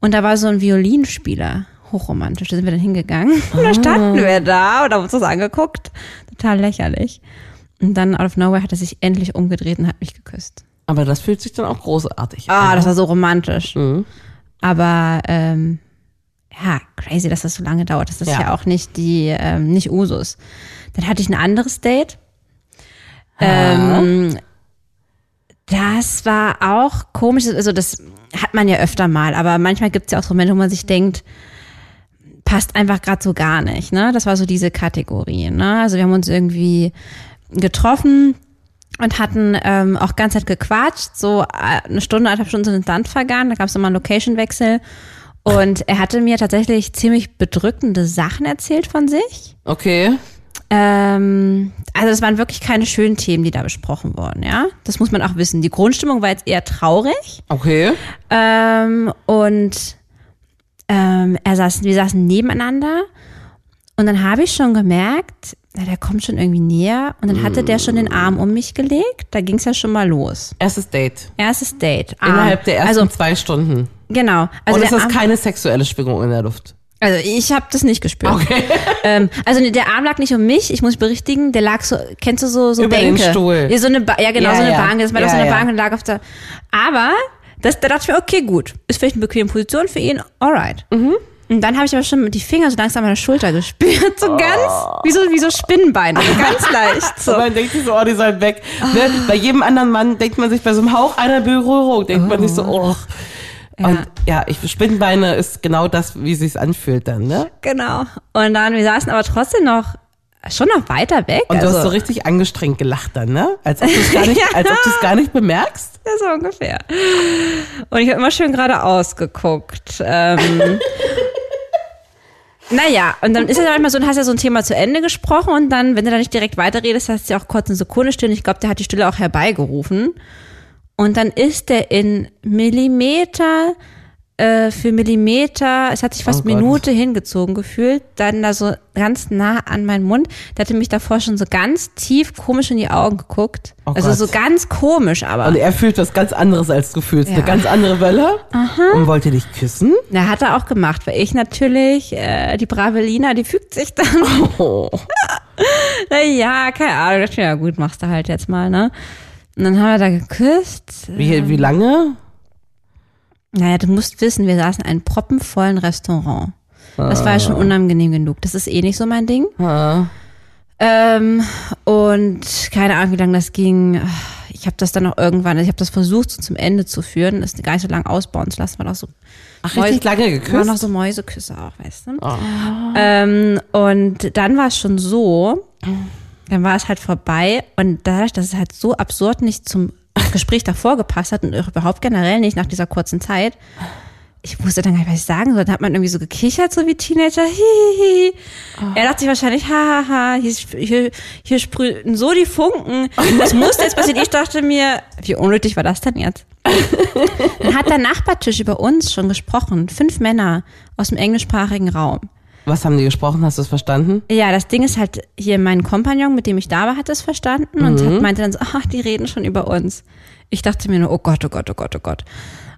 S3: Und da war so ein Violinspieler. Hochromantisch. Da sind wir dann hingegangen. Und da standen
S2: Oh.
S3: wir da und haben uns das angeguckt. Total lächerlich. Und dann out of nowhere hat er sich endlich umgedreht und hat mich geküsst.
S2: Aber das fühlt sich dann auch großartig an.
S3: Ah, das war so romantisch. mhm. Aber ähm, ja, crazy, dass das so lange dauert. Das ist ja,
S2: Ja.
S3: auch nicht die, ähm, nicht Usus. Dann hatte ich ein anderes Date. Ähm, das war auch komisch. Also das hat man ja öfter mal, aber manchmal gibt es ja auch so Momente, wo man sich denkt, passt einfach gerade so gar nicht. Ne? Das war so diese Kategorie. Ne? Also wir haben uns irgendwie getroffen und hatten ähm, auch ganz Zeit gequatscht. So äh, eine Stunde, eineinhalb Stunden sind ins Land vergangen. Da gab es nochmal einen Location-Wechsel. Und er hatte mir tatsächlich ziemlich bedrückende Sachen erzählt von sich.
S2: Okay.
S3: Ähm, also das waren wirklich keine schönen Themen, die da besprochen wurden, ja. Das muss man auch wissen. Die Grundstimmung war jetzt eher traurig.
S2: Okay.
S3: Ähm, und ähm, er saß, wir saßen nebeneinander und dann habe ich schon gemerkt, na, der kommt schon irgendwie näher und dann hatte der schon den Arm um mich gelegt. Da ging es ja schon mal los.
S2: Erstes Date.
S3: Erstes Date. Arm.
S2: Innerhalb der ersten
S3: Ah. Also
S2: zwei Stunden.
S3: Genau. Also,
S2: Ah. Und es
S3: der
S2: ist
S3: Arm,
S2: keine sexuelle Schwingung in der Luft.
S3: also ich habe das nicht gespürt.
S2: Okay.
S3: Ähm, also nee, der Arm lag nicht um mich, ich muss berichtigen, der lag so, kennst du so, so
S2: Über den
S3: Bänke?
S2: Stuhl.
S3: Ja, so eine ba ja, genau,
S2: Ja,
S3: so eine
S2: ja.
S3: Bank. Das war doch so
S2: Ja,
S3: eine
S2: ja.
S3: Bank und lag auf der. Aber das, da dachte ich mir, okay, gut, ist vielleicht eine bequeme Position für ihn, alright.
S2: Mhm.
S3: Und dann habe ich aber schon mit die Finger so langsam an der Schulter gespürt,
S2: Oh.
S3: so ganz, wie so, wie so Spinnenbeine, so ganz leicht. So.
S2: Und man denkt sich so, oh, die sollen weg. Ne?
S3: Ah.
S2: Bei jedem anderen Mann denkt man sich bei so einem Hauch einer Berührung, denkt man sich so, oh. Und ja, ich, Spinnenbeine ist genau das, wie sich's anfühlt dann, ne?
S3: Genau. Und dann, wir saßen aber trotzdem noch, schon noch weiter weg.
S2: Und du
S3: also,
S2: hast so richtig angestrengt gelacht dann, ne? Als ob du es gar, nicht- als ob du's gar nicht bemerkst.
S3: Ja, so ungefähr. Und ich habe immer schön geradeaus geguckt. Ähm, naja, und dann ist ja manchmal so, dann hast ja so ein Thema zu Ende gesprochen und dann, wenn du da nicht direkt weiterredest, hast du ja auch kurz eine Sekunde still. Ich glaube, der hat die Stille auch herbeigerufen. Und dann ist der in Millimeter äh, für Millimeter, es hat sich fast
S2: Oh Gott.
S3: Minute hingezogen gefühlt, dann da so ganz nah an meinen Mund. Der hatte mich davor schon so ganz tief komisch in die Augen geguckt.
S2: Oh
S3: also
S2: Gott.
S3: so ganz komisch, aber.
S2: Und er fühlt was ganz anderes, als du fühlst.
S3: Ja.
S2: Eine ganz andere Welle. Und wollte dich küssen.
S3: Na, hat er auch gemacht, weil ich natürlich, äh, die brave Lina, die fügt sich dann.
S2: Oh.
S3: Na ja, keine Ahnung, dachte ich mir, ja gut, machst du halt jetzt mal, ne? Und dann haben wir da geküsst.
S2: Wie, wie lange?
S3: Naja, du musst wissen, wir saßen in einem proppenvollen Restaurant. Das war ja
S2: Ah.
S3: schon unangenehm genug. Das ist eh nicht so mein Ding. Ähm, und keine Ahnung, wie lange das ging. Ich habe das dann auch irgendwann, also ich habe das versucht, so zum Ende zu führen, das gar nicht so lange ausbauen zu lassen, weil auch so
S2: Ach, richtig lange geküsst?
S3: War noch so Mäuseküsse auch, weißt du? Ähm, und dann war es schon so, dann war es halt vorbei und dadurch, dass es halt so absurd nicht zum Gespräch davor gepasst hat und auch überhaupt generell nicht nach dieser kurzen Zeit, ich wusste dann gar nicht, was ich sagen soll. Dann hat man irgendwie so gekichert, so wie Teenager. Hihihi. Er dachte sich wahrscheinlich, hahaha, hier, hier, hier sprühen so die Funken. Das musste jetzt passieren. Ich dachte mir, wie unnötig war das denn jetzt? Dann hat der Nachbartisch über uns schon gesprochen. Fünf Männer aus dem englischsprachigen Raum.
S2: Was haben die gesprochen? Hast du es verstanden?
S3: Ja, das Ding ist halt, hier mein Kompagnon, mit dem ich da war, hat es verstanden und
S2: Mhm.
S3: hat, meinte dann so, ach, die reden schon über uns. Ich dachte mir nur, oh Gott, oh Gott, oh Gott, oh Gott.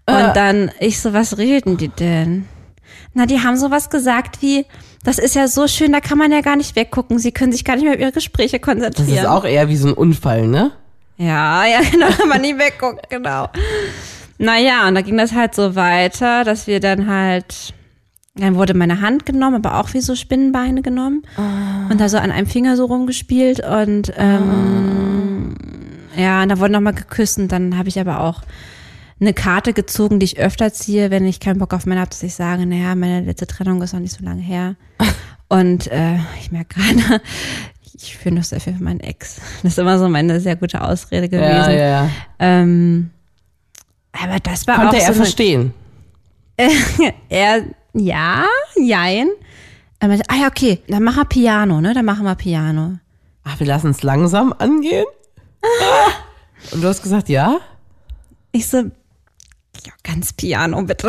S3: Und
S2: Äh.
S3: dann, ich so, was reden die denn? Na, die haben sowas gesagt wie, das ist ja so schön, da kann man ja gar nicht weggucken, sie können sich gar nicht mehr auf ihre Gespräche konzentrieren.
S2: Das ist auch eher wie so ein Unfall, ne?
S3: Ja, ja, genau, wenn man nie wegguckt, genau. Naja, und da ging das halt so weiter, dass wir dann halt, dann wurde meine Hand genommen, aber auch wie so Spinnenbeine genommen
S2: Ah.
S3: und da so an einem Finger so rumgespielt und ähm,
S2: Ah.
S3: ja, und da wurde nochmal geküsst und dann habe ich aber auch eine Karte gezogen, die ich öfter ziehe, wenn ich keinen Bock auf Männer habe, dass ich sage, naja, meine letzte Trennung ist noch nicht so lange her. Und äh, ich merke gerade, ich fühle noch sehr viel für meinen Ex. Das ist immer so meine sehr gute Ausrede gewesen.
S2: Ja, ja, ja.
S3: Ähm, aber das war
S2: Konnte
S3: auch
S2: er
S3: so eine-
S2: verstehen?
S3: er, ja, jein. Er meinte, ah ja, okay, dann mach er Piano, ne? Dann machen wir Piano.
S2: Ach, wir lassen es langsam angehen? Ah. Und du hast gesagt, ja?
S3: Ich so, ja, ganz Piano, bitte.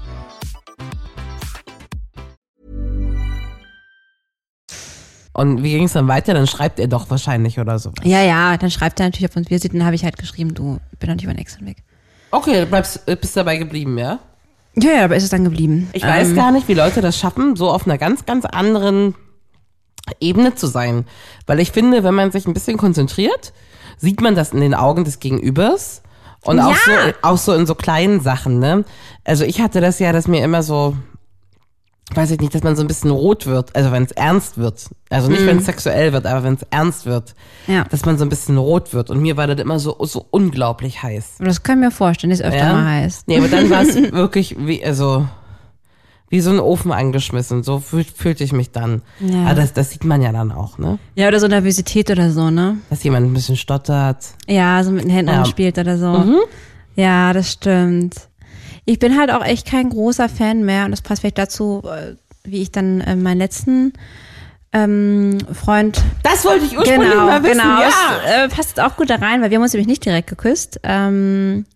S2: Und wie ging es dann weiter? Dann schreibt er doch wahrscheinlich oder so.
S3: Ja, ja, dann schreibt er natürlich, ob uns wir sieht, dann habe ich halt geschrieben, du, ich bin noch nicht über den Ex hinweg.
S2: Okay, du bleibst, äh, bist dabei geblieben, ja?
S3: Ja, ja, aber ist es dann geblieben.
S2: Ich weiß gar nicht, wie Leute das schaffen, so auf einer ganz, ganz anderen Ebene zu sein. Weil ich finde, wenn man sich ein bisschen konzentriert, sieht man das in den Augen des Gegenübers. Und auch,
S3: Ja.
S2: so, auch so in so kleinen Sachen, ne? Also ich hatte das ja, dass mir immer so, weiß ich nicht, dass man so ein bisschen rot wird, also wenn es ernst wird. Also nicht, wenn es sexuell wird, aber wenn es ernst wird,
S3: Ja.
S2: dass man so ein bisschen rot wird. Und mir war das immer so, so unglaublich heiß.
S3: Aber das können wir vorstellen, dass es öfter mal heißt.
S2: Nee, aber dann war es wirklich wie, also, wie so ein Ofen angeschmissen. So fühl, fühlte ich mich dann.
S3: Ja.
S2: Aber das, das sieht man ja dann auch, ne?
S3: Ja, oder so Nervosität oder so, ne?
S2: Dass jemand ein bisschen stottert.
S3: Ja, so mit den Händen
S2: Ja. Mhm.
S3: rumspielt oder so. Ja, das stimmt. Ich bin halt auch echt kein großer Fan mehr und das passt vielleicht dazu, äh, wie ich dann äh, meinen letzten ähm, Freund
S2: Das wollte ich
S3: genau, Genau, es, äh, passt auch gut da rein, weil wir haben uns nämlich nicht direkt geküsst, ähm,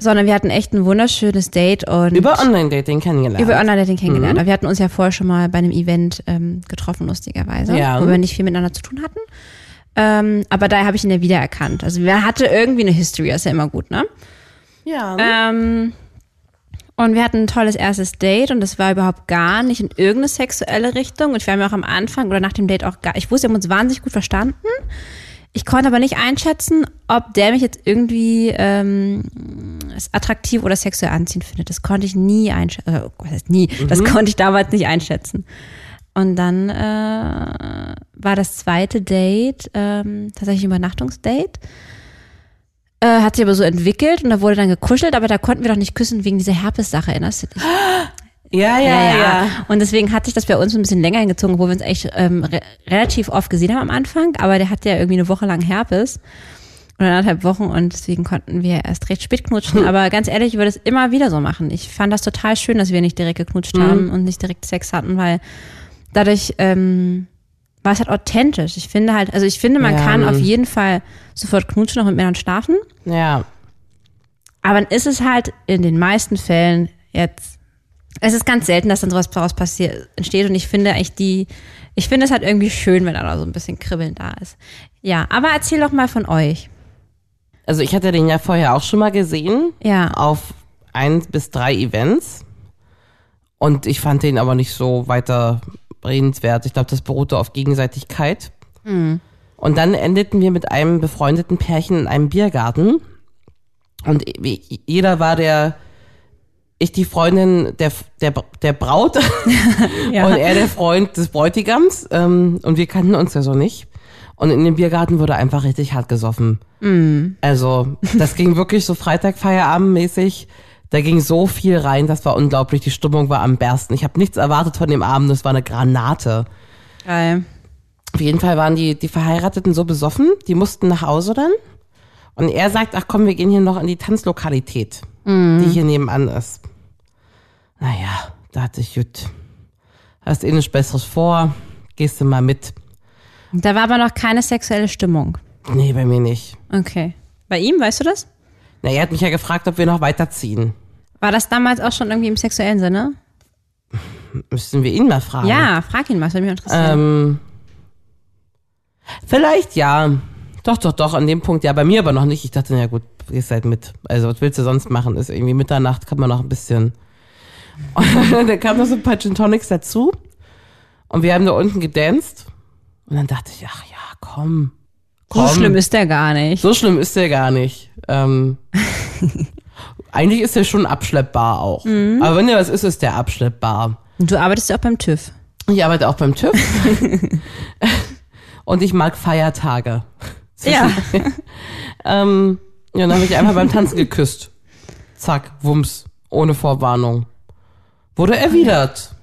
S3: sondern wir hatten echt ein wunderschönes Date und
S2: Über Mhm. Online-Dating kennengelernt.
S3: über Online-Dating kennengelernt. Aber wir hatten uns ja vorher schon mal bei einem Event ähm, getroffen, lustigerweise,
S2: Ja.
S3: wo wir nicht viel miteinander zu tun hatten. Ähm, aber da habe ich ihn ja wiedererkannt. Also wir hatte irgendwie eine History, das ist ja immer gut, ne?
S2: Ja.
S3: Ähm, und wir hatten ein tolles erstes Date und das war überhaupt gar nicht in irgendeine sexuelle Richtung. Und wir haben ja auch am Anfang oder nach dem Date auch gar, ich wusste, wir haben uns wahnsinnig gut verstanden. Ich konnte aber nicht einschätzen, ob der mich jetzt irgendwie ähm, attraktiv oder sexuell anziehend findet. Das konnte ich nie einschätzen. Äh, was heißt nie?
S2: Mhm.
S3: Das konnte ich damals nicht einschätzen. Und dann äh, war das zweite Date ähm, tatsächlich ein Übernachtungsdate. Äh, hat sich aber so entwickelt und da wurde dann gekuschelt, aber da konnten wir doch nicht küssen wegen dieser Herpes-Sache, erinnerst du dich?
S2: ja, ja, ja,
S3: Und deswegen hat sich das bei uns ein bisschen länger hingezogen, wo wir uns echt ähm, re relativ oft gesehen haben am Anfang, aber der hatte ja irgendwie eine Woche lang Herpes oder anderthalb Wochen und deswegen konnten wir erst recht spät knutschen. Aber ganz ehrlich, ich würde es immer wieder so machen. Ich fand das total schön, dass wir nicht direkt geknutscht
S2: Mhm.
S3: haben und nicht direkt Sex hatten, weil dadurch ähm, war es halt authentisch. Ich finde halt, also ich finde, man
S2: Ja,
S3: kann
S2: Mann.
S3: auf jeden Fall sofort knutschen, auch mit Männern schlafen.
S2: Ja.
S3: Aber dann ist es halt in den meisten Fällen jetzt. Es ist ganz selten, dass dann sowas daraus passiert, entsteht. Und ich finde echt die, ich finde es halt irgendwie schön, wenn da so ein bisschen Kribbeln da ist. Ja, aber erzähl doch mal von euch.
S2: Also ich hatte den ja vorher auch schon mal gesehen.
S3: Ja.
S2: Auf ein bis drei Events. Und ich fand den aber nicht so weiter redenswert. Ich glaube, das beruhte auf Gegenseitigkeit. Und dann endeten wir mit einem befreundeten Pärchen in einem Biergarten. Und wie- jeder war der, ich die Freundin der, der, der Braut und er der Freund des Bräutigams. Ähm, und wir kannten uns ja so nicht. Und in dem Biergarten wurde einfach richtig hart gesoffen. Also, das ging wirklich so Freitag-Feierabend-mäßig. Da ging so viel rein, das war unglaublich. Die Stimmung war am besten. Ich habe nichts erwartet von dem Abend, das war eine Granate.
S3: Geil.
S2: Auf jeden Fall waren die, die Verheirateten so besoffen, die mussten nach Hause dann. Und er sagt, ach komm, wir gehen hier noch in die Tanzlokalität, die hier nebenan ist. Naja, da hatte ich, gut, hast eh nichts Besseres vor, gehst du mal mit.
S3: Da war aber noch keine sexuelle Stimmung.
S2: Nee, bei mir nicht.
S3: Okay. Bei ihm, weißt du das?
S2: Na, er hat mich ja gefragt, ob wir noch weiterziehen.
S3: War das damals auch schon irgendwie im sexuellen Sinne?
S2: Müssen wir ihn mal fragen.
S3: Ja, frag ihn mal, das würde mich interessieren.
S2: Ähm, vielleicht ja. Doch, doch, doch, an dem Punkt ja. Bei mir aber noch nicht. Ich dachte, na gut, gehst halt mit. Also, was willst du sonst machen? Ist irgendwie Mitternacht, kann man noch ein bisschen. Und dann kamen noch so ein paar Gin Tonics dazu. Und wir haben da unten gedanced. Und dann dachte ich, ach ja, komm.
S3: so
S2: komm.
S3: schlimm ist der gar nicht.
S2: So schlimm ist der gar nicht. Ähm, eigentlich ist der schon abschleppbar auch. Aber wenn der was ist, ist der abschleppbar.
S3: Und du arbeitest ja auch beim TÜV.
S2: Ich arbeite auch beim TÜV. und ich mag Feiertage.
S3: Ja.
S2: Ähm, ja, dann habe ich einfach beim Tanzen geküsst. Zack, Wumms, ohne Vorwarnung. Wurde erwidert.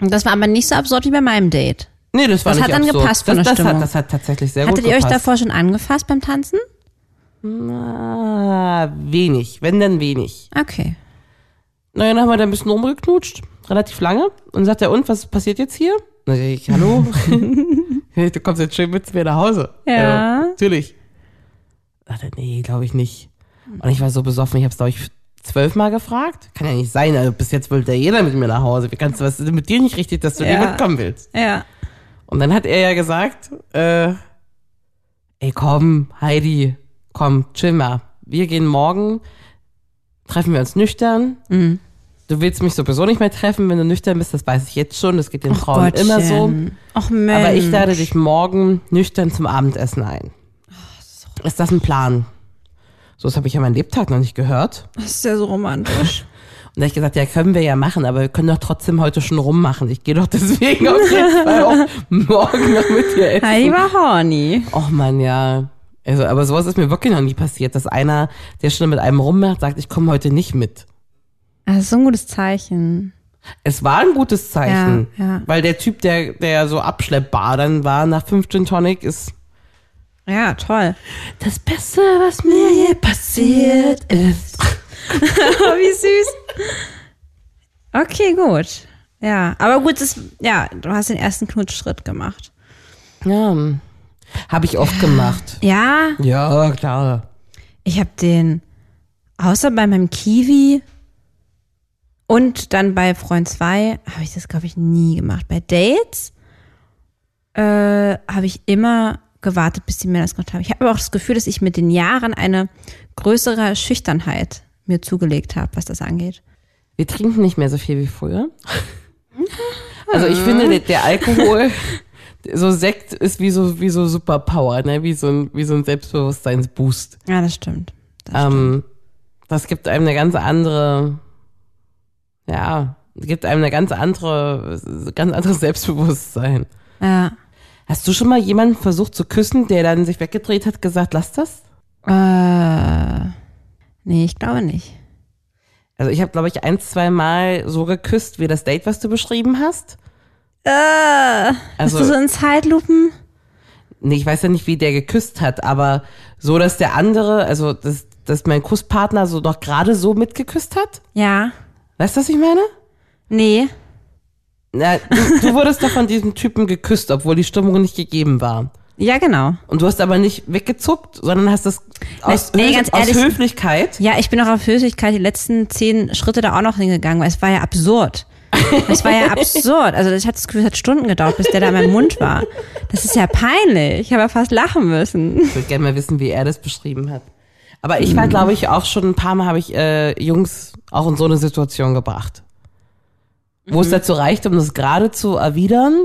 S3: Und das war aber nicht so absurd wie bei meinem Date.
S2: Nee, das war
S3: Das
S2: nicht
S3: hat dann
S2: absurd.
S3: gepasst von
S2: das,
S3: der
S2: das, hat,
S3: Stimmung.
S2: das hat tatsächlich sehr
S3: Hattet
S2: gut
S3: ihr euch
S2: gepasst.
S3: davor schon angefasst beim Tanzen?
S2: Ah, wenig, wenn dann wenig.
S3: Okay.
S2: Naja, dann haben wir da ein bisschen rumgeknutscht, relativ lange. Und sagt er, und, was passiert jetzt hier? Und sag ich, hallo. du kommst jetzt schön mit zu mir nach Hause.
S3: Ja.
S2: natürlich. Sagt er, nee, glaube ich nicht. Und ich war so besoffen, ich habe es, glaube ich, zwölfmal gefragt. Kann ja nicht sein, also bis jetzt wollte ja jeder mit mir nach Hause. Wie kannst du, was ist denn mit dir nicht richtig, dass du
S3: Ja.
S2: nicht mitkommen willst?
S3: Ja.
S2: Und dann hat er ja gesagt, äh, ey komm, Heidi, komm, chill mal. Wir gehen morgen, treffen wir uns nüchtern. Du willst mich sowieso nicht mehr treffen, wenn du nüchtern bist, das weiß ich jetzt schon, das
S3: Oh
S2: geht den Frauen immer so.
S3: Ach Mensch.
S2: Aber ich lade dich morgen nüchtern zum Abendessen ein. Ist das ein Plan? So was habe ich ja mein Lebtag noch nicht gehört.
S3: Das ist ja so romantisch.
S2: Und da hab ich gesagt, ja, können wir ja machen, aber wir können doch trotzdem heute schon rummachen. Ich gehe doch deswegen auf jeden Fall auch morgen noch mit dir essen.
S3: I war horny.
S2: Och man, ja. Also, aber sowas ist mir wirklich noch nie passiert, dass einer, der schon mit einem rummacht, sagt, ich komme heute nicht mit.
S3: Ah, Das ist so ein gutes Zeichen.
S2: Es war ein gutes Zeichen.
S3: Ja, ja.
S2: Weil der Typ, der, der so abschleppbar dann war nach 15 Tonic, ist
S3: Ja, toll.
S2: das Beste, was mir je passiert ist.
S3: Oh, wie süß. Okay, gut. Ja, aber gut, das, ja, du hast den ersten Knutschschritt gemacht.
S2: Ja. Habe ich oft gemacht.
S3: Ja,
S2: Ja, klar.
S3: ich habe den, außer bei meinem Kiwi und dann bei Freund 2, habe ich das, glaube ich, nie gemacht. Bei Dates äh, habe ich immer gewartet, bis die mir das gemacht haben. Ich habe aber auch das Gefühl, dass ich mit den Jahren eine größere Schüchternheit mir zugelegt habe, was das angeht.
S2: Wir trinken nicht mehr so viel wie früher. Also ich finde, der, der Alkohol, so Sekt ist wie so, wie so Superpower, ne? wie, so ein, wie so ein Selbstbewusstseinsboost.
S3: Ja, das stimmt. Das
S2: Ähm, das gibt einem eine ganz andere, ja, gibt einem eine ganz andere, ganz anderes Selbstbewusstsein.
S3: stimmt. Ja.
S2: Hast du schon mal jemanden versucht zu küssen, der dann sich weggedreht hat, gesagt, lass das?
S3: Äh, nee, ich glaube nicht.
S2: Also ich habe, glaube ich, ein, zwei Mal so geküsst wie das Date, was du beschrieben hast.
S3: Äh, also,
S2: Also-
S3: bist du so in Zeitlupen?
S2: nee, ich weiß ja nicht, wie der geküsst hat, aber so, dass der andere, also dass, dass mein Kusspartner so noch gerade so mitgeküsst hat.
S3: Ja.
S2: Weißt du, was ich meine?
S3: Nee.
S2: Na, du, du wurdest doch von diesem Typen geküsst, obwohl die Stimmung nicht gegeben war.
S3: Ja, genau.
S2: Und du hast aber nicht weggezuckt, sondern hast das aus,
S3: nee,
S2: Höf-
S3: ganz
S2: aus
S3: ehrlich.
S2: Höflichkeit.
S3: Ja, ich bin auch auf Höflichkeit die letzten zehn Schritte da auch noch hingegangen, weil es war ja absurd. Es war ja absurd. Also ich hatte das Gefühl, es hat Stunden gedauert, bis der da in meinem Mund war. Das ist ja peinlich. Ich habe ja fast lachen müssen.
S2: Ich würde gerne mal wissen, wie er das beschrieben hat. Aber ich
S3: Mhm.
S2: war, glaube ich, auch schon ein paar Mal habe ich äh, Jungs auch in so eine Situation gebracht. Wo
S3: Mhm.
S2: es dazu reicht, um das gerade zu erwidern,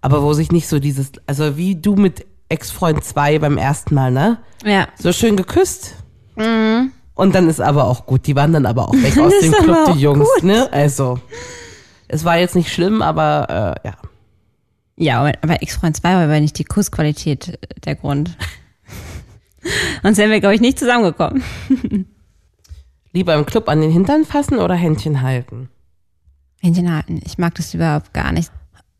S2: aber wo sich nicht so dieses, also wie du mit Ex-Freund 2 beim ersten Mal, ne?
S3: Ja.
S2: So schön geküsst. Und dann ist aber auch gut. Die waren dann aber auch weg aus dem
S3: Mhm. Ist aber
S2: Club,
S3: auch
S2: die Jungs,
S3: gut.
S2: ne? Also, es war jetzt nicht schlimm, aber äh, ja.
S3: Ja, aber- aber Ex-Freund 2 war aber nicht die Kussqualität äh, der Grund. Sonst wären wir, glaube ich, nicht zusammengekommen.
S2: Lieber im Club an den Hintern fassen oder Händchen halten?
S3: Händchen halten. Ich mag das überhaupt gar nicht.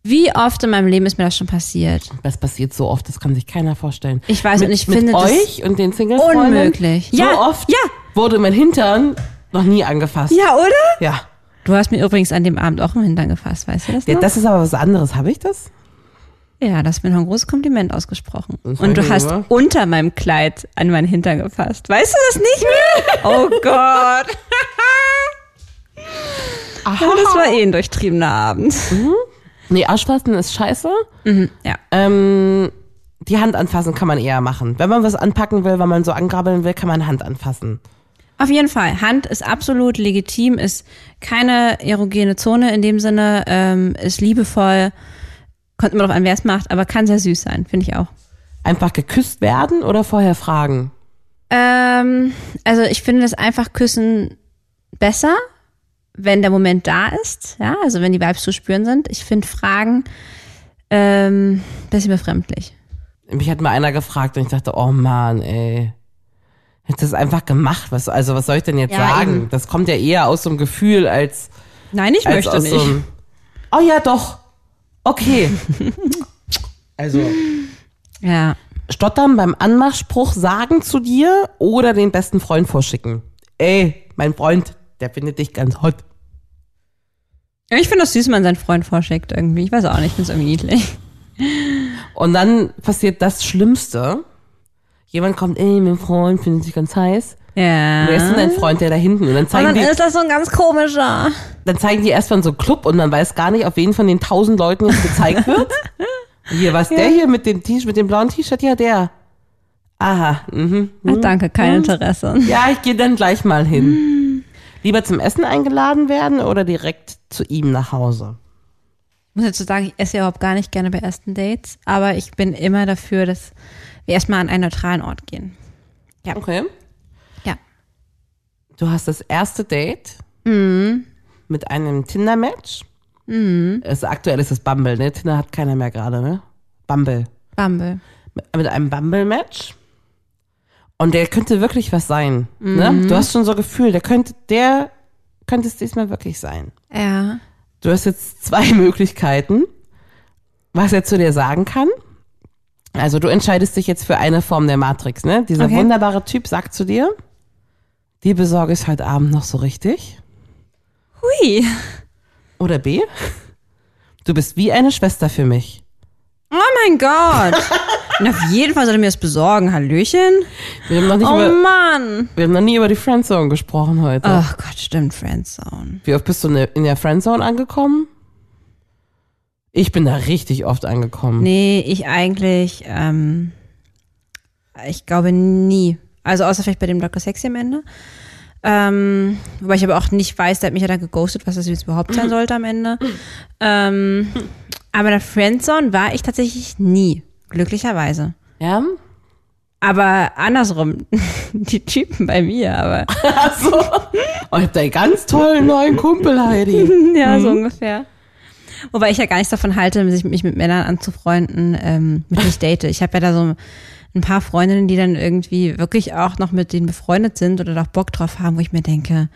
S3: Wie oft in meinem Leben ist mir das schon passiert?
S2: Das passiert so oft, das kann sich keiner vorstellen.
S3: Ich weiß
S2: mit,
S3: und ich
S2: mit
S3: finde das
S2: euch und den Singles
S3: unmöglich.
S2: So
S3: Ja,
S2: oft
S3: ja.
S2: wurde mein Hintern noch nie angefasst.
S3: Ja, oder?
S2: ja.
S3: Du hast mir übrigens an dem Abend auch im Hintern gefasst, weißt du das
S2: Ja,
S3: noch?
S2: Das ist aber was anderes. Habe ich das?
S3: Ja, das hast mir noch ein großes Kompliment ausgesprochen.
S2: Das
S3: Und
S2: hab
S3: du
S2: ich
S3: hast
S2: gemacht.
S3: unter meinem Kleid an meinen Hintern gefasst. Weißt du das nicht mehr? oh Gott. Ja, das war eh ein durchtriebener Abend.
S2: Nee, Arschfassen ist scheiße.
S3: Ja.
S2: Ähm, die Hand anfassen kann man eher machen. Wenn man was anpacken will, wenn man so angrabbeln will, kann man Hand anfassen.
S3: Auf jeden Fall. Hand ist absolut legitim, ist keine erogene Zone in dem Sinne, ähm, ist liebevoll. Kommt immer drauf an, wer es macht, aber kann sehr süß sein, finde ich auch.
S2: Einfach geküsst werden oder vorher fragen?
S3: Ähm, also ich finde das einfach küssen besser, wenn der Moment da ist, ja, also wenn die Vibes zu spüren sind. Ich finde Fragen ähm, bisschen befremdlich.
S2: Mich hat mal einer gefragt und ich dachte, oh Mann, ey. Hättest du das einfach gemacht? Was, also, was soll ich denn jetzt
S3: Ja,
S2: sagen?
S3: eben.
S2: Das kommt ja eher aus so einem Gefühl als,
S3: Nein, ich
S2: als aus so einem, Oh ja, doch. Okay. also.
S3: ja,
S2: Stottern beim Anmachspruch sagen zu dir oder den besten Freund vorschicken. Ey, mein Freund, der findet dich ganz hot.
S3: ich finde das süß, wenn man seinen Freund vorschickt irgendwie. Ich weiß auch nicht, ich finde es irgendwie niedlich.
S2: Und dann passiert das Schlimmste. Jemand kommt, ey, mein Freund findet dich ganz heiß.
S3: Ja.
S2: Wer ist denn dein Freund, der da hinten? Und dann
S3: Ah. Und
S2: zeigen
S3: dann
S2: die,
S3: ist das so ein ganz komischer.
S2: dann zeigen die erstmal in so einen Club und man weiß gar nicht, auf wen von den tausend Leuten jetzt gezeigt wird. Hier, was der hier mit dem T-Shirt, mit dem blauen T-Shirt? Ja, der. Aha, mhm.
S3: Ach, danke, kein Interesse.
S2: Ja, ich gehe dann gleich mal hin.
S3: Hm.
S2: Lieber zum Essen eingeladen werden oder direkt zu ihm nach Hause?
S3: Ich muss dazu sagen, ich esse ja überhaupt gar nicht gerne bei ersten Dates, aber ich bin immer dafür, dass wir erstmal an einen neutralen Ort gehen.
S2: Okay.
S3: Ja.
S2: Du hast das erste Date mit einem Tinder-Match. Es, aktuell ist es Bumble, ne? Tinder hat keiner mehr gerade, ne? Bumble.
S3: Bumble.
S2: mit einem Bumble-Match. Und der könnte wirklich was sein. Ne? Du hast schon so Gefühl, der könnte, der könnte es diesmal wirklich sein.
S3: Ja.
S2: Du hast jetzt zwei Möglichkeiten, was er zu dir sagen kann. Also du entscheidest dich jetzt für eine Form der Matrix, ne? Dieser
S3: Okay.
S2: wunderbare Typ sagt zu dir, die besorge ich heute Abend noch so richtig.
S3: Hui.
S2: Oder B, du bist wie eine Schwester für mich.
S3: Oh mein Gott. Und auf jeden Fall sollte mir das besorgen. Hallöchen.
S2: Wir haben noch, nicht
S3: Oh Ah.
S2: über,
S3: Mann.
S2: wir haben noch nie über die Friendzone gesprochen heute.
S3: Ach Gott, stimmt, Friendzone.
S2: Wie oft bist du in der- in der Friendzone angekommen? Ich bin da richtig oft angekommen.
S3: Nee, ich eigentlich, ähm, ich glaube nie. Also außer vielleicht bei dem Dr. Sexy am Ende. Ähm, wobei ich aber auch nicht weiß, der hat mich ja dann geghostet, was das jetzt überhaupt sein sollte am Ende. Ähm, aber in der Friendzone war ich tatsächlich nie, glücklicherweise.
S2: Ja?
S3: Aber andersrum, die Typen bei mir, aber
S2: Achso. Oh, ich hab da einen ganz tollen neuen Kumpel, Heidi.
S3: ja, so ungefähr. Wobei ich ja gar nichts davon halte, sich mich mit Männern anzufreunden, ähm, mit denen ich date. Ich habe ja da so ein paar Freundinnen, die dann irgendwie wirklich auch noch mit denen befreundet sind oder da auch Bock drauf haben, wo ich mir denke,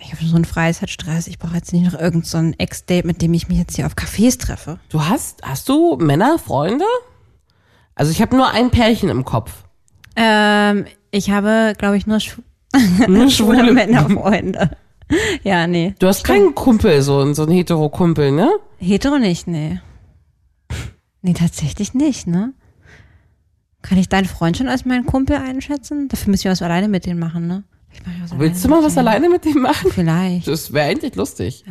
S3: ich habe so einen Freizeitstress, ich brauche jetzt nicht noch irgendein so ein Ex-Date, mit dem ich mich jetzt hier auf Cafés treffe.
S2: Du hast, hast du Männer, Freunde? Also ich habe nur ein Pärchen im Kopf.
S3: Ähm, ich habe, glaube ich, nur schw
S2: Nur
S3: schwule Männerfreunde. ja, nee.
S2: Du hast keinen Kumpel, so, so einen Hetero-Kumpel, ne?
S3: Hetero nicht, nee. Nee, tatsächlich nicht, ne? Kann ich deinen Freund schon als meinen Kumpel einschätzen? Dafür müssen wir was alleine mit denen machen, ne? Ich mach ja was
S2: Willst du mal was
S3: mit
S2: alleine mit dem machen?
S3: denen. Vielleicht.
S2: Das wäre eigentlich lustig.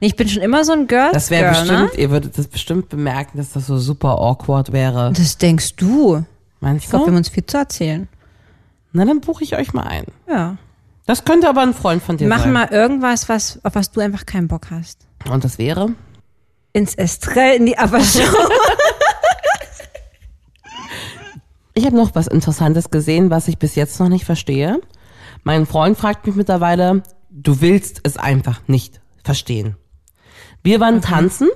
S3: Nee, ich bin schon immer so ein Girls
S2: Das wäre
S3: Girl,
S2: bestimmt,
S3: Ne?
S2: ihr würdet das bestimmt bemerken, dass das so super awkward wäre.
S3: Das denkst du. Ich
S2: Meinst
S3: glaube, wir
S2: du?
S3: haben uns viel zu erzählen.
S2: Na, dann buche ich euch mal ein.
S3: Ja.
S2: Das könnte aber ein Freund von dir
S3: Wir machen
S2: sein.
S3: mal irgendwas, was, auf was du einfach keinen Bock hast.
S2: Und das wäre?
S3: Ins Estrell, in die Abwaschung.
S2: Ich habe noch was Interessantes gesehen, was ich bis jetzt noch nicht verstehe. Mein Freund fragt mich mittlerweile, du willst es einfach nicht verstehen. Wir waren tanzen.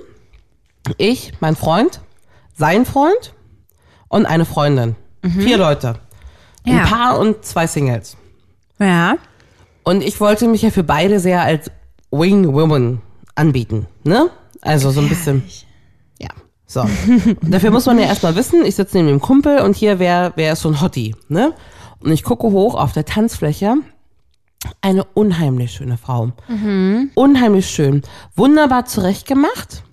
S2: Ich, mein Freund, sein Freund und eine Freundin. Vier Leute. Ein
S3: Ja.
S2: Paar und zwei Singles.
S3: ja.
S2: Und ich wollte mich ja für beide sehr als Wing Woman anbieten, ne? Also so ein bisschen. Ja. So. Und dafür muss man ja erstmal wissen, ich sitze neben dem Kumpel und hier wäre wär so ein Hottie, ne? Und ich gucke hoch auf der Tanzfläche. Eine unheimlich schöne Frau. Unheimlich schön. Wunderbar zurechtgemacht.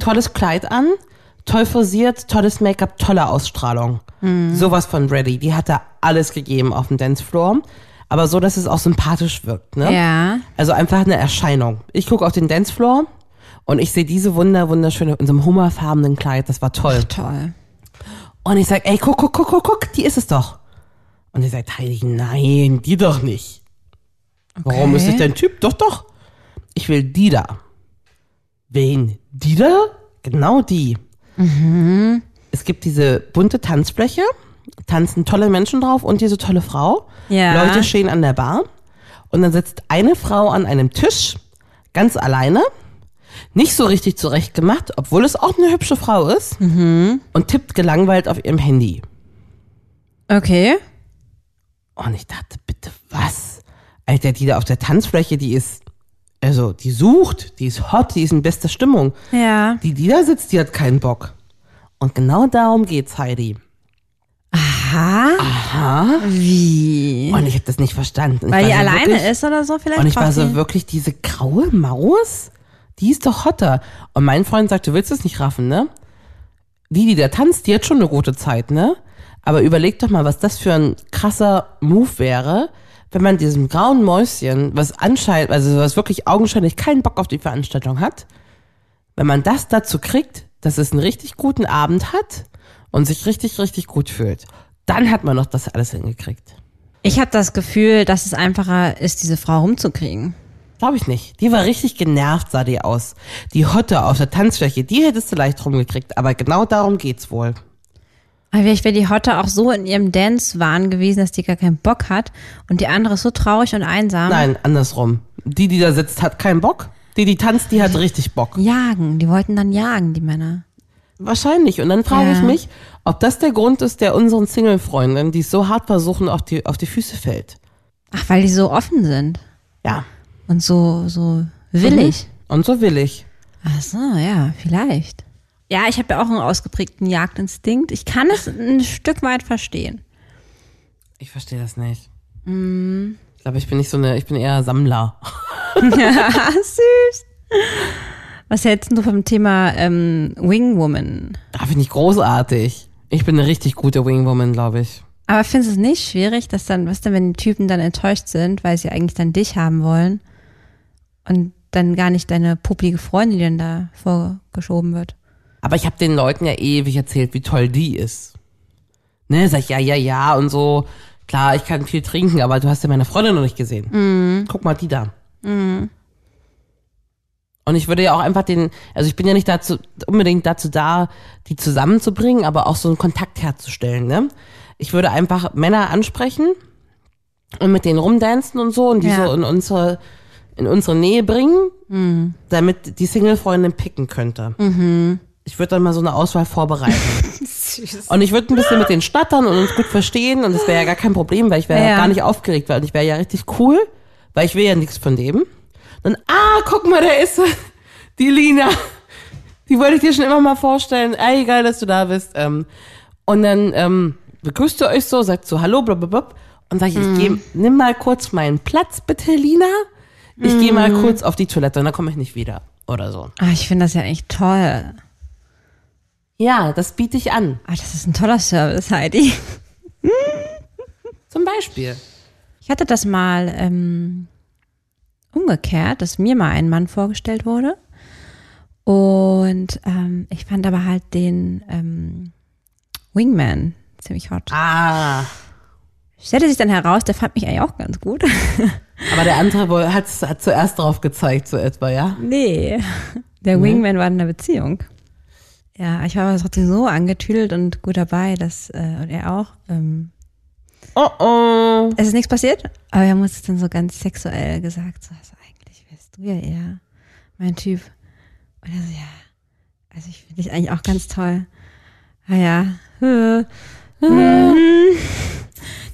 S2: Tolles Kleid an. Toll frisiert. Tolles Make-up. Tolle Ausstrahlung. Sowas von ready. Die hat da alles gegeben auf dem Dancefloor. Aber so, dass es auch sympathisch wirkt, ne?
S3: Ja.
S2: Also einfach eine Erscheinung. Ich gucke auf den Dancefloor und ich sehe diese wunder, wunderschöne, in so einem hummerfarbenen Kleid, das war toll.
S3: Toll.
S2: Und ich sage, ey, guck, guck, guck, guck, guck, die ist es doch. Und ihr sagt, Heidi, nein, die doch nicht. Warum ist es dein Typ? Doch, doch. Ich will die da. Wen? Die da? Genau die. Es gibt diese bunte Tanzfläche, tanzen tolle Menschen drauf und diese tolle Frau.
S3: Ja.
S2: Leute stehen an der Bar und dann sitzt eine Frau an einem Tisch, ganz alleine, nicht so richtig zurecht gemacht, obwohl es auch eine hübsche Frau ist
S3: Mhm.
S2: und tippt gelangweilt auf ihrem Handy.
S3: Okay.
S2: Und ich dachte, bitte was? Alter, die da auf der Tanzfläche, die ist, also die sucht, die ist hot, die ist in bester Stimmung.
S3: Ja.
S2: Die, die da sitzt, die hat keinen Bock. Und genau darum geht's, Heidi.
S3: Ha? Wie?
S2: Und ich habe das nicht verstanden. Ich
S3: Weil die
S2: war so
S3: alleine
S2: wirklich,
S3: ist oder so vielleicht?
S2: Und ich war
S3: braucht
S2: so
S3: die-
S2: wirklich, diese graue Maus, die ist doch hotter. Und mein Freund sagt, du willst es nicht raffen, ne? Die, die da tanzt, die hat schon eine gute Zeit, ne? Aber überleg doch mal, was das für ein krasser Move wäre, wenn man diesem grauen Mäuschen, was anscheinend, also was wirklich augenscheinlich keinen Bock auf die Veranstaltung hat, wenn man das dazu kriegt, dass es einen richtig guten Abend hat und sich richtig, richtig gut fühlt, dann hat man noch das alles hingekriegt.
S3: Ich habe das Gefühl, dass es einfacher ist, diese Frau rumzukriegen.
S2: Glaube ich nicht. Die war richtig genervt, sah die aus. Die Hotte auf der Tanzfläche, die hättest du leicht rumgekriegt, aber genau darum geht's wohl.
S3: Aber vielleicht wäre die Hotte auch so in ihrem Dance-Wahn gewesen, dass die gar keinen Bock hat und die andere ist so traurig und einsam.
S2: Nein, andersrum. Die, die da sitzt, hat keinen Bock. Die, die tanzt, die hat richtig Bock.
S3: Jagen, die wollten dann jagen, die Männer.
S2: Wahrscheinlich. Und dann frage
S3: Ja.
S2: ich mich, ob das der Grund ist, der unseren Single-Freundinnen, die es so hart versuchen, auf die, auf die Füße fällt.
S3: Ach, weil die so offen sind
S2: Ja.
S3: und so, so willig.
S2: Und so will ich.
S3: Ach so, ja, vielleicht. Ja, ich habe ja auch einen ausgeprägten Jagdinstinkt. Ich kann es ein Stück weit verstehen.
S2: Ich verstehe das nicht. Mhm. Ich glaube, ich bin nicht so eine, ich bin eher Sammler.
S3: Ja, süß. Was hältst du vom Thema ähm, Wingwoman?
S2: Da finde ich großartig. Ich bin eine richtig gute Wingwoman, glaube ich.
S3: Aber findest du es nicht schwierig, dass dann, was denn, wenn die Typen dann enttäuscht sind, weil sie eigentlich dann dich haben wollen und dann gar nicht deine publige Freundin die dann da vorgeschoben wird?
S2: Aber ich habe den Leuten ja ewig erzählt, wie toll die ist. Ne, sag ich, ja, ja, ja und so. Klar, ich kann viel trinken, aber du hast ja meine Freundin noch nicht gesehen. Guck mal, die da. Und ich würde ja auch einfach den, also ich bin ja nicht dazu, unbedingt dazu da, die zusammenzubringen, aber auch so einen Kontakt herzustellen, ne? Ich würde einfach Männer ansprechen und mit denen rumdancen und so und die
S3: Ja.
S2: so in unsere, in unsere Nähe bringen, damit die Single-Freundin picken könnte. Ich würde dann mal so eine Auswahl vorbereiten. und ich würde ein bisschen mit denen schnattern und uns gut verstehen und das wäre ja gar kein Problem, weil ich wäre ja.
S3: Ja.
S2: gar nicht aufgeregt, weil ich wäre ja richtig cool, weil ich will ja nichts von dem. Dann, ah, guck mal, da ist sie. die Lina. Die wollte ich dir schon immer mal vorstellen. Ey, geil, dass du da bist. Ähm, und dann ähm, begrüßt ihr euch so, sagt so Hallo, blablabla. Und sag ich, ich geh, nimm mal kurz meinen Platz, bitte, Lina. Ich geh gehe mal kurz auf die Toilette und dann komme ich nicht wieder. Oder so.
S3: Ah, ich finde das ja echt toll.
S2: Ja, das biete ich an.
S3: Ah, das ist ein toller Service, Heidi.
S2: Zum Beispiel.
S3: Ich hatte das mal ähm, umgekehrt, dass mir mal ein Mann vorgestellt wurde. Und ähm, ich fand aber halt den ähm, Wingman ziemlich hot.
S2: Ah.
S3: Stellte sich dann heraus, der fand mich eigentlich auch ganz gut.
S2: Aber der andere wohl- hat, hat zuerst drauf gezeigt, so etwa, ja?
S3: Nee, der Wingman war in einer Beziehung. Hm? Ja, ich war aber trotzdem so angetüdelt und gut dabei, dass, äh, und er auch. Ähm,
S2: Oh oh.
S3: es ist nichts passiert, aber er muss es dann so ganz sexuell gesagt, so, also eigentlich wärst du ja eher mein Typ. Und er so, ja, also ich finde dich eigentlich auch ganz toll. Ah ja, hm.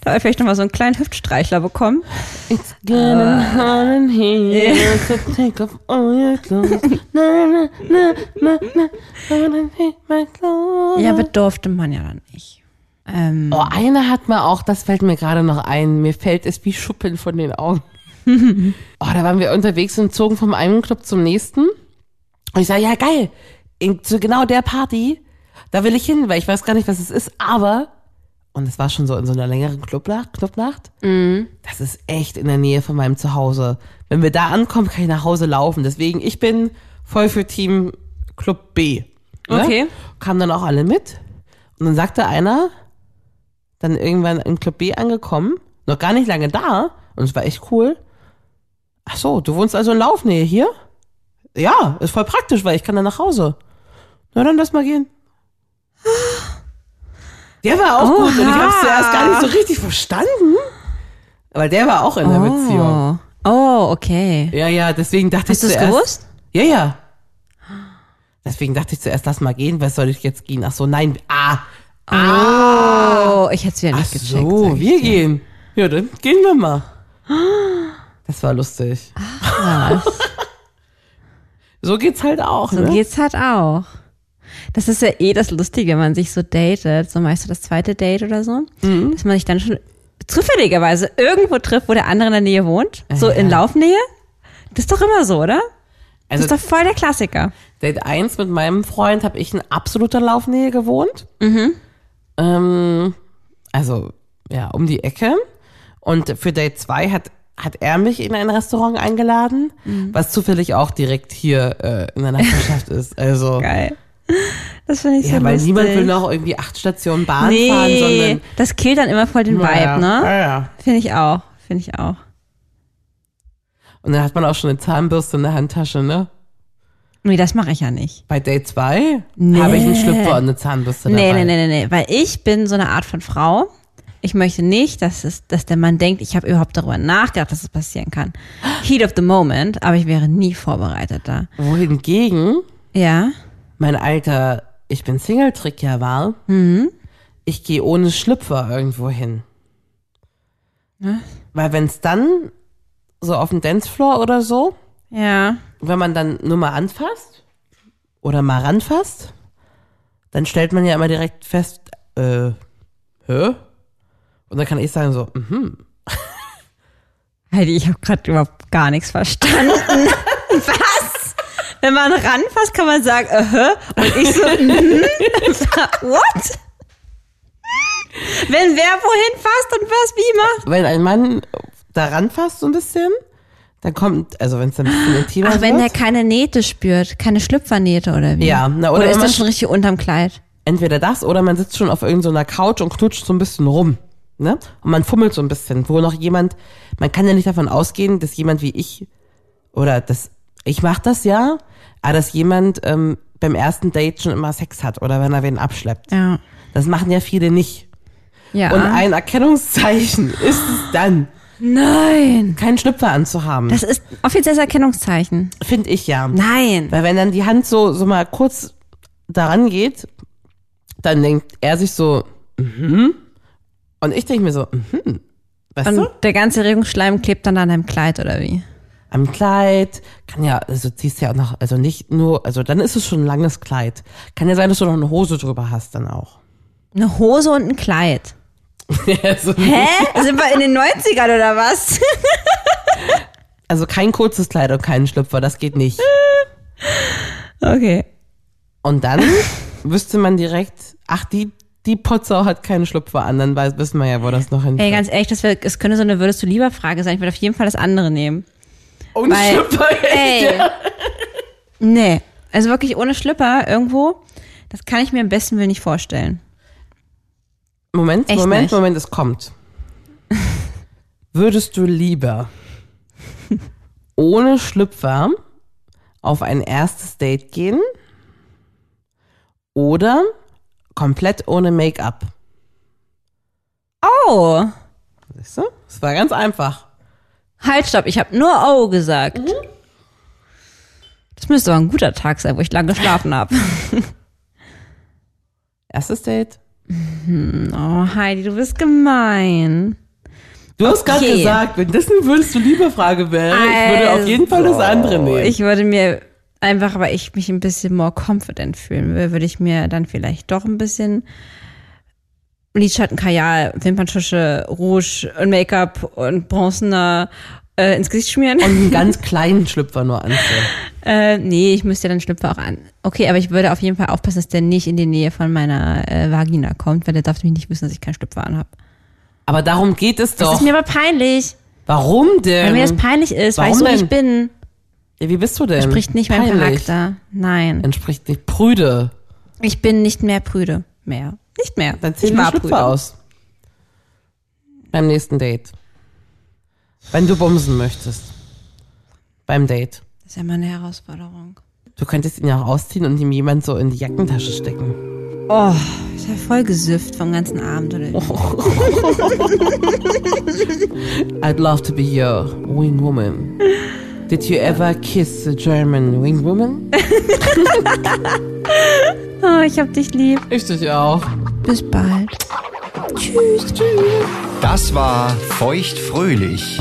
S3: da habe ich vielleicht nochmal so einen kleinen Hüftstreichler bekommen.
S2: It's getting hot in here, so take off all your clothes. Na, na, na, na, na, gonna take my clothes.
S3: Ja, aber durfte man ja dann nicht. Ähm,
S2: Oh, einer hat mal auch, das fällt mir gerade noch ein, mir fällt es wie Schuppen von den Augen. oh, da waren wir unterwegs und zogen vom einen Club zum nächsten. Und ich sage, ja geil, in, zu genau der Party, da will ich hin, weil ich weiß gar nicht, was es ist, aber, und es war schon so in so einer längeren Clubnacht, Clubnacht
S3: Mhm.
S2: das ist echt in der Nähe von meinem Zuhause. Wenn wir da ankommen, kann ich nach Hause laufen. Deswegen, ich bin voll für Team Club B. ne?
S3: Okay.
S2: Kamen dann auch alle mit. Und dann sagte einer, dann irgendwann im Club B angekommen, noch gar nicht lange da, und es war echt cool. Ach so, du wohnst also in Laufnähe hier? Ja, ist voll praktisch, weil ich kann dann nach Hause. Na dann lass mal gehen. Der war auch gut und ich hab's zuerst gar nicht so richtig verstanden. Aber der war auch in der Beziehung.
S3: Oh, oh okay.
S2: Ja, ja, deswegen dachte
S3: Hast du
S2: ich
S3: es
S2: zuerst.
S3: gewusst?
S2: Ja, ja. Deswegen dachte ich zuerst, lass mal gehen, was soll ich jetzt gehen? Ach so, nein, ah,
S3: Oh, ich hätte es wieder
S2: Ach
S3: nicht gecheckt. sag
S2: so,
S3: ich
S2: wir
S3: dir.
S2: gehen. Ja, dann gehen wir mal. Das war lustig. so geht's halt auch.
S3: So
S2: ne?
S3: geht's halt auch. Das ist ja eh das Lustige, wenn man sich so datet, so meist so das zweite Date oder so,
S2: Mhm.
S3: dass man sich dann schon zufälligerweise irgendwo trifft, wo der andere in der Nähe wohnt,
S2: Ah,
S3: so in Laufnähe. Das ist doch immer so, oder? Das
S2: also
S3: ist doch voll der Klassiker.
S2: Date 1 mit meinem Freund habe ich in absoluter Laufnähe gewohnt.
S3: Mhm.
S2: Ähm, also, ja, um die Ecke. Und für Date 2 hat, hat er mich in ein Restaurant eingeladen,
S3: Mhm.
S2: was zufällig auch direkt hier äh, in der Nachbarschaft ist. Also,
S3: Geil. Das finde ich
S2: ja,
S3: so
S2: weil
S3: lustig.
S2: niemand will noch irgendwie acht Stationen Bahn
S3: nee,
S2: fahren, sondern
S3: das killt dann immer voll den
S2: Ja,
S3: Vibe, ne?
S2: Ja, ja.
S3: Finde ich auch, finde ich auch.
S2: Und dann hat man auch schon eine Zahnbürste in der Handtasche, ne?
S3: Nee, das mache ich ja nicht.
S2: Bei Day 2
S3: Nee.
S2: habe ich einen Schlüpfer und eine Zahnbürste dabei.
S3: Nee, nee, nee, nee, nee, weil ich bin so eine Art von Frau. Ich möchte nicht, dass, es, dass der Mann denkt, ich habe überhaupt darüber nachgedacht, dass es passieren kann. Heat of the moment, aber ich wäre nie vorbereitet da.
S2: Wohingegen
S3: Ja,
S2: mein alter Ich bin Single-Trick ja war,
S3: Mhm.
S2: ich gehe ohne Schlüpfer irgendwo hin.
S3: Ne?
S2: Weil wenn es dann so auf dem Dancefloor oder so,
S3: ja.
S2: wenn man dann nur mal anfasst oder mal ranfasst, dann stellt man ja immer direkt fest, äh, hä? Und dann kann ich sagen so, mhm,
S3: Heidi, ich habe gerade überhaupt gar nichts verstanden. Was? Wenn man ranfasst, kann man sagen, äh, hä? und ich so, mhm. what? Wenn wer wohin fasst und was wie macht?
S2: wenn ein Mann daran fasst so ein bisschen, dann kommt, also wenn es dann ein bisschen intimer
S3: Ach,
S2: wird.
S3: wenn der keine Nähte spürt, keine Schlüpfernähte oder wie?
S2: Ja, na, oder
S3: oder ist
S2: wenn man-
S3: das schon richtig unterm Kleid?
S2: entweder das oder man sitzt schon auf irgendeiner Couch und knutscht so ein bisschen rum. Ne? Und man fummelt so ein bisschen, wo noch jemand, man kann ja nicht davon ausgehen, dass jemand wie ich, oder das, ich mach das ja, aber dass jemand ähm, beim ersten Date schon immer Sex hat oder wenn er wen abschleppt.
S3: Ja. Ah,
S2: Das machen ja viele nicht.
S3: Ja.
S2: Und ein Erkennungszeichen ist es dann,
S3: Nein.
S2: keinen Schlüpfer anzuhaben.
S3: Das ist offizielles Erkennungszeichen.
S2: finde ich ja.
S3: Nein.
S2: Weil wenn dann die Hand so, so mal kurz daran geht, dann denkt er sich so, mhm. Und ich denke mir so, mhm. Weißt
S3: Und
S2: du?
S3: der ganze Regungsschleim klebt dann an deinem Kleid oder wie?
S2: Am Kleid, kann ja, also ziehst ja auch noch, also nicht nur, also dann ist es schon ein langes Kleid. Kann ja sein, dass du noch eine Hose drüber hast dann auch.
S3: Eine Hose und ein Kleid.
S2: also,
S3: Hä? Sind wir in den 90ern oder was?
S2: also kein kurzes Kleid und keinen Schlüpfer, das geht nicht.
S3: Okay.
S2: Und dann wüsste man direkt, ach, die, die Potsau hat keinen Schlüpfer an, dann weiß, wissen wir ja, wo das noch hin.
S3: Ey, ganz ehrlich, das, wär, es könnte so eine würdest du lieber Frage sein. Ich würde auf jeden Fall das andere nehmen.
S2: Ohne
S3: weil-
S2: Schlüpfer,
S3: Ey. Nee. Also wirklich ohne Schlüpper irgendwo, das kann ich mir am besten Willen nicht vorstellen.
S2: Moment,
S3: Echt
S2: Moment,
S3: nicht?
S2: Moment, es kommt. Würdest du lieber ohne Schlüpfer auf ein erstes Date gehen oder komplett ohne Make-up?
S3: Oh.
S2: Siehst du? Es war ganz einfach.
S3: Halt, stopp, ich habe nur Oh gesagt. Das müsste aber ein guter Tag sein, wo ich lange geschlafen habe.
S2: Erstes Date.
S3: Oh, Heidi, du bist gemein.
S2: Du hast gerade
S3: Okay.
S2: gesagt, wenn das eine würdest du lieber Frage wäre, ich würde auf jeden Fall das andere
S3: Also,
S2: nehmen.
S3: Ich würde mir einfach, weil ich mich ein bisschen more confident fühlen will, würde ich mir dann vielleicht doch ein bisschen Lidschatten, Kajal, Wimperntusche, Rouge und Make-up und Bronzener äh, ins Gesicht schmieren.
S2: Und einen ganz kleinen Schlüpfer nur anziehen.
S3: Äh, nee, ich müsste dann Schlüpfer auch an. Okay, aber ich würde auf jeden Fall aufpassen, dass der nicht in die Nähe von meiner äh, Vagina kommt, weil der darf nämlich nicht wissen, dass ich keinen Schlüpfer anhabe.
S2: Aber darum geht es
S3: Das
S2: doch.
S3: ist mir aber peinlich,
S2: Warum
S3: weil
S2: denn?
S3: mir das peinlich ist, weil
S2: warum
S3: ich so
S2: denn?
S3: nicht bin.
S2: Ja, Wie bist du denn?
S3: Spricht nicht meinem
S2: Peinlich. Ähm.
S3: Charakter. Nein.
S2: entspricht nicht prüde.
S3: Ich bin nicht mehr prüde. Mehr. Nicht mehr.
S2: Dann zieh
S3: ich
S2: den
S3: war
S2: Schlüpfer
S3: prüde.
S2: aus. Beim nächsten Date. Wenn du bumsen möchtest. Beim Date.
S3: Das ist ja mal eine Herausforderung.
S2: Du könntest ihn ja auch ausziehen und ihm jemand so in die Jackentasche stecken.
S3: Oh, ist ja voll gesüfft vom ganzen Abend. Oder?
S2: Oh.
S3: wie?
S2: I'd love to be your wing woman. Did you ever kiss a German wing woman?
S3: Oh, ich hab dich lieb.
S2: Ich dich auch.
S3: Bis bald.
S1: Das war Feuchtfröhlich,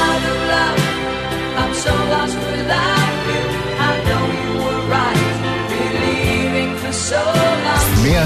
S7: I'm so lost without you. I know you were right, believing for so long.
S1: Mehr